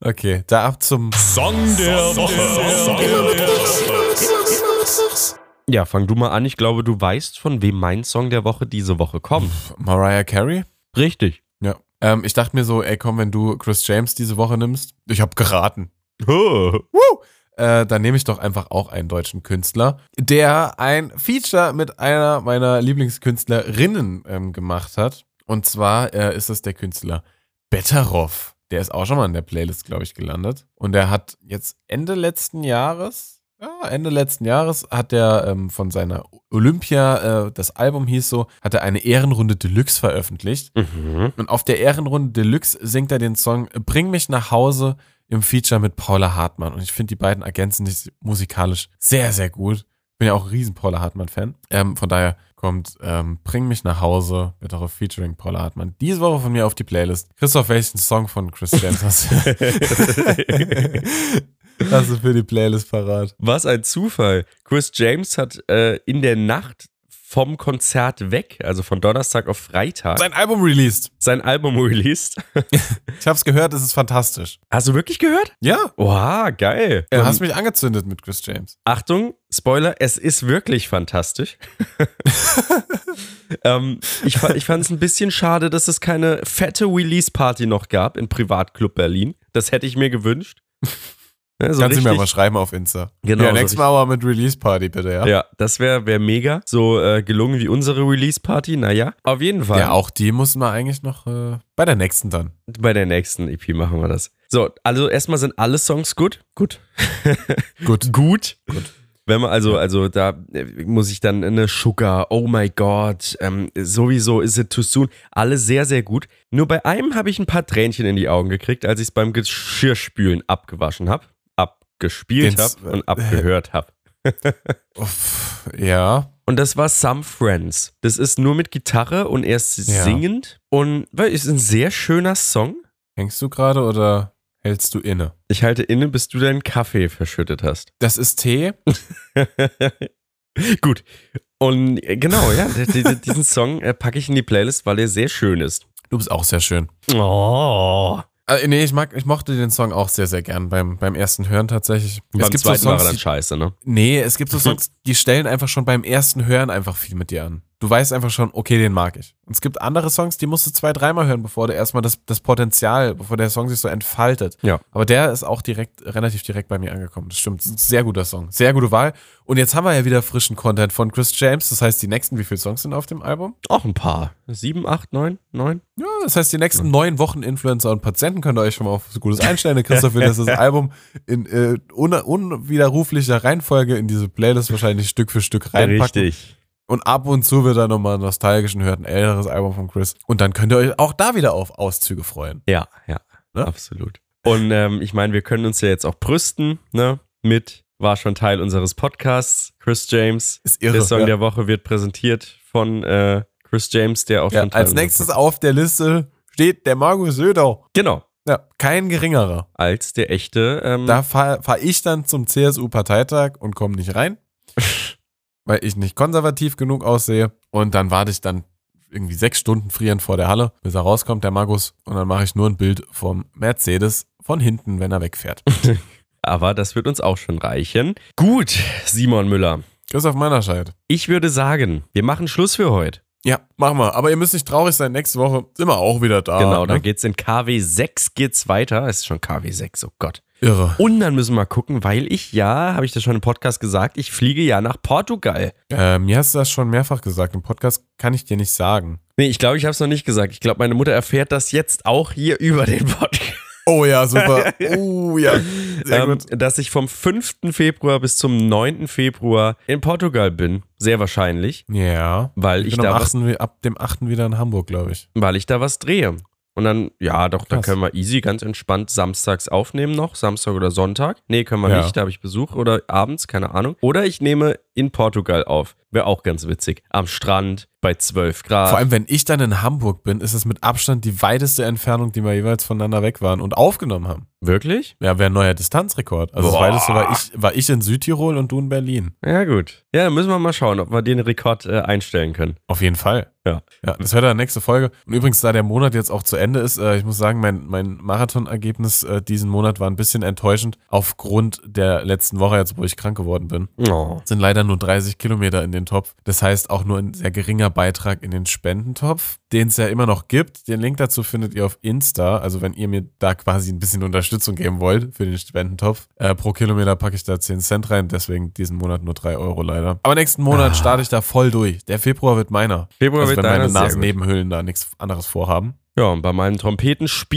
Speaker 2: Okay, da ab zum
Speaker 7: Song der Woche.
Speaker 1: Ja, fang du mal an. Ich glaube, du weißt, von wem mein Song der Woche diese Woche kommt.
Speaker 2: Mariah Carey.
Speaker 1: Richtig.
Speaker 2: Ja. Ähm, ich dachte mir so, ey komm, wenn du Chris James diese Woche nimmst, ich habe geraten. Woo! Äh, dann nehme ich doch einfach auch einen deutschen Künstler, der ein Feature mit einer meiner Lieblingskünstlerinnen ähm, gemacht hat. Und zwar äh, ist es der Künstler Betteroff. Der ist auch schon mal in der Playlist, glaube ich, gelandet. Und der hat jetzt Ende letzten Jahres, ja, Ende letzten Jahres hat der ähm, von seiner Olympia, äh, das Album hieß so, hat er eine Ehrenrunde Deluxe veröffentlicht.
Speaker 1: Mhm.
Speaker 2: Und auf der Ehrenrunde Deluxe singt er den Song Bring mich nach Hause im Feature mit Paula Hartmann. Und ich finde, die beiden ergänzen sich musikalisch sehr, sehr gut. Bin ja auch ein riesen Paula Hartmann-Fan. Ähm, von daher kommt ähm, Bring mich nach Hause, mit darauf featuring Paula Hartmann. Diese Woche von mir auf die Playlist. Christoph, welchen Song von Chris James hast du? hast du für die Playlist parat?
Speaker 1: Was ein Zufall. Chris James hat äh, in der Nacht vom Konzert weg, also von Donnerstag auf Freitag,
Speaker 2: Sein Album released.
Speaker 1: sein Album released.
Speaker 2: Ich hab's gehört, es ist fantastisch.
Speaker 1: Hast du wirklich gehört?
Speaker 2: Ja,
Speaker 1: Oha, geil.
Speaker 2: du
Speaker 1: Ähm,
Speaker 2: hast mich angezündet mit Chris James.
Speaker 1: Achtung, Spoiler, es ist wirklich fantastisch. ähm, ich fa- ich fand es ein bisschen schade, dass es keine fette Release-Party noch gab im Privatclub Berlin. Das hätte ich mir gewünscht. Ne, so
Speaker 2: Kannst du mir
Speaker 1: richtig-
Speaker 2: mal schreiben auf Insta.
Speaker 1: Genau,
Speaker 2: Ja,
Speaker 1: so
Speaker 2: nächstes Mal aber mit Release Party, bitte, ja.
Speaker 1: Ja, das wäre wär mega. So äh, gelungen wie unsere Release-Party. Naja, auf jeden Fall.
Speaker 2: Ja, auch die muss man eigentlich noch äh, bei der nächsten dann.
Speaker 1: Bei der nächsten EP machen wir das. So, also erstmal sind alle Songs gut. Gut.
Speaker 2: Gut.
Speaker 1: gut. Wenn man, also, also da äh, muss ich dann eine Sugar, oh my God, ähm, sowieso is it too soon. Alle sehr, sehr gut. Nur bei einem habe ich ein paar Tränchen in die Augen gekriegt, als ich es beim Geschirrspülen abgewaschen habe, abgespielt
Speaker 2: Den's-
Speaker 1: habe und abgehört habe.
Speaker 2: Uff, ja.
Speaker 1: Und das war Some Friends. Das ist nur mit Gitarre und er ist
Speaker 2: Ja.
Speaker 1: singend. Und weil ist ein sehr schöner Song.
Speaker 2: Hängst du gerade oder hältst du inne?
Speaker 1: Ich halte inne, bis du deinen Kaffee verschüttet hast.
Speaker 2: Das ist Tee.
Speaker 1: Gut. Und äh, genau, ja, d- d- d- diesen Song äh, packe ich in die Playlist, weil er sehr schön ist.
Speaker 2: Du bist auch sehr schön.
Speaker 1: Oh.
Speaker 2: Äh, nee, ich, mag, ich mochte den Song auch sehr, sehr gern beim, beim ersten Hören tatsächlich.
Speaker 1: Beim zweiten war er dann
Speaker 2: die,
Speaker 1: scheiße, ne?
Speaker 2: Nee, es gibt so Songs, die stellen einfach schon beim ersten Hören einfach viel mit dir an. Du weißt einfach schon, okay, den mag ich. Und es gibt andere Songs, die musst du zwei, dreimal hören, bevor du erstmal das, das Potenzial, bevor der Song sich so entfaltet.
Speaker 1: Ja.
Speaker 2: Aber der ist auch direkt, relativ direkt bei mir angekommen. Das stimmt. Das ist ein sehr guter Song. Sehr gute Wahl. Und jetzt haben wir ja wieder frischen Content von Chris James. Das heißt, die nächsten, wie viele Songs sind auf dem Album?
Speaker 1: Auch ein paar. Sieben, acht, neun, neun.
Speaker 2: Ja, das heißt, die nächsten neun Wochen Influencer und Patienten könnt ihr euch schon mal auf so Gutes einstellen. Der Christoph will, dass das Album in äh, un unwiderruflicher Reihenfolge in diese Playlist wahrscheinlich Stück für Stück reinpacken.
Speaker 1: Richtig.
Speaker 2: Und ab und zu wird er nochmal nostalgisch und hört ein älteres Album von Chris. Und dann könnt ihr euch auch da wieder auf Auszüge freuen.
Speaker 1: Ja, ja.
Speaker 2: Ne?
Speaker 1: Absolut. Und ähm, ich meine, wir können uns ja jetzt auch brüsten, ne? Mit war schon Teil unseres Podcasts, Chris James.
Speaker 2: Ist irre.
Speaker 1: Der Song
Speaker 2: ja.
Speaker 1: der Woche wird präsentiert von äh, Chris James, der auch
Speaker 2: ja,
Speaker 1: schon Teil
Speaker 2: als
Speaker 1: unseres-
Speaker 2: nächstes auf der Liste steht der Markus Söder.
Speaker 1: Genau.
Speaker 2: Ja, Mhm. kein geringerer.
Speaker 1: Als der echte. Ähm,
Speaker 2: Da fahre fahr ich dann zum CSU-Parteitag und komme nicht rein, weil ich nicht konservativ genug aussehe. Und dann warte ich dann irgendwie sechs Stunden frierend vor der Halle, bis er rauskommt, der Markus. Und dann mache ich nur ein Bild vom Mercedes von hinten, wenn er wegfährt.
Speaker 1: Aber das wird uns auch schon reichen. Gut, Simon Müller.
Speaker 2: Christoph Meinerscheid.
Speaker 1: Ich würde sagen, wir machen Schluss für heute.
Speaker 2: Ja, machen wir. Aber ihr müsst nicht traurig sein. Nächste Woche sind wir auch wieder da.
Speaker 1: genau, dann
Speaker 2: ne?
Speaker 1: geht's in KW 6 geht's weiter. Es ist schon KW 6, oh Gott.
Speaker 2: Irre.
Speaker 1: Und dann müssen wir mal gucken, weil ich ja, habe ich das schon im Podcast gesagt, ich fliege ja nach Portugal.
Speaker 2: Äh, mir hast du das schon mehrfach gesagt. Im Podcast kann ich dir nicht sagen.
Speaker 1: Nee, ich glaube, ich habe es noch nicht gesagt. Ich glaube, meine Mutter erfährt das jetzt auch hier über den Podcast.
Speaker 2: Oh ja, super. Oh ja. Sehr
Speaker 1: ähm,
Speaker 2: gut.
Speaker 1: dass ich vom 5. Februar bis zum 9. Februar in Portugal bin. Sehr wahrscheinlich,
Speaker 2: Ja.
Speaker 1: weil
Speaker 2: Ich
Speaker 1: ich,
Speaker 2: bin am
Speaker 1: da was,
Speaker 2: 8. wie- ab dem 8. wieder in Hamburg, glaube ich.
Speaker 1: weil ich da was drehe. Und dann, ja, doch, da
Speaker 2: Krass.
Speaker 1: können wir easy, ganz entspannt samstags aufnehmen noch. Samstag oder Sonntag. Nee, können wir
Speaker 2: Ja.
Speaker 1: nicht, da habe ich Besuch. Oder abends, keine Ahnung. Oder ich nehme in Portugal auf. Wäre auch ganz witzig. Am Strand bei 12 Grad.
Speaker 2: Vor allem, wenn ich dann in Hamburg bin, ist es mit Abstand die weiteste Entfernung, die wir jeweils voneinander weg waren und aufgenommen haben.
Speaker 1: Wirklich?
Speaker 2: Ja, wäre ein neuer Distanzrekord. Also
Speaker 1: Boah.
Speaker 2: das weiteste war ich, war ich in Südtirol und du in Berlin.
Speaker 1: Ja, gut. Ja, dann müssen wir mal schauen, ob wir den Rekord äh, einstellen können.
Speaker 2: Auf jeden Fall.
Speaker 1: Ja.
Speaker 2: Ja, das wäre dann nächste Folge. Und übrigens, da der Monat jetzt auch zu Ende ist, äh, ich muss sagen, mein, mein Marathonergebnis äh, diesen Monat war ein bisschen enttäuschend aufgrund der letzten Woche, jetzt wo ich krank geworden bin.
Speaker 1: Oh.
Speaker 2: sind leider nur 30 Kilometer in den Topf. Das heißt auch nur ein sehr geringer Beitrag in den Spendentopf, den es ja immer noch gibt. Den Link dazu findet ihr auf Insta. Also wenn ihr mir da quasi ein bisschen Unterstützung geben wollt für den Spendentopf, äh, pro Kilometer packe ich da 10 Cent rein. Deswegen diesen Monat nur 3 Euro leider. Aber nächsten Monat starte ich da voll durch. Der Februar wird meiner.
Speaker 1: Ah. Februar wird
Speaker 2: also wenn
Speaker 1: deiner,
Speaker 2: meine
Speaker 1: sehr gut.
Speaker 2: Nasennebenhöhlen da nichts anderes vorhaben.
Speaker 1: Ja, und bei meinen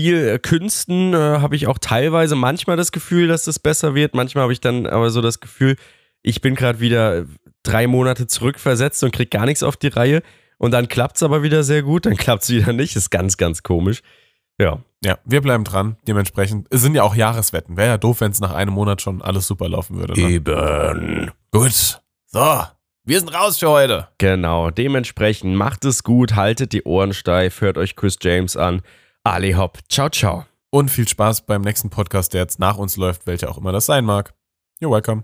Speaker 1: Trompetenspielkünsten äh, habe ich auch teilweise manchmal das Gefühl, dass es besser wird. Manchmal habe ich dann aber so das Gefühl, ich bin gerade wieder drei Monate zurückversetzt und krieg gar nichts auf die Reihe. Und dann klappt es aber wieder sehr gut, dann klappt es wieder nicht. Ist ganz, ganz komisch. Ja.
Speaker 2: Ja, wir bleiben dran. Dementsprechend es sind ja auch Jahreswetten. Wäre ja doof, wenn es nach einem Monat schon alles super laufen würde.
Speaker 1: Eh,
Speaker 2: Ne?
Speaker 1: Eben.
Speaker 2: Gut. So, wir sind raus für heute.
Speaker 1: Genau, dementsprechend macht es gut, haltet die Ohren steif, hört euch Chris James an. Ali Hopp, ciao, ciao.
Speaker 2: Und viel Spaß beim nächsten Podcast, der jetzt nach uns läuft, welcher auch immer das sein mag. You're welcome.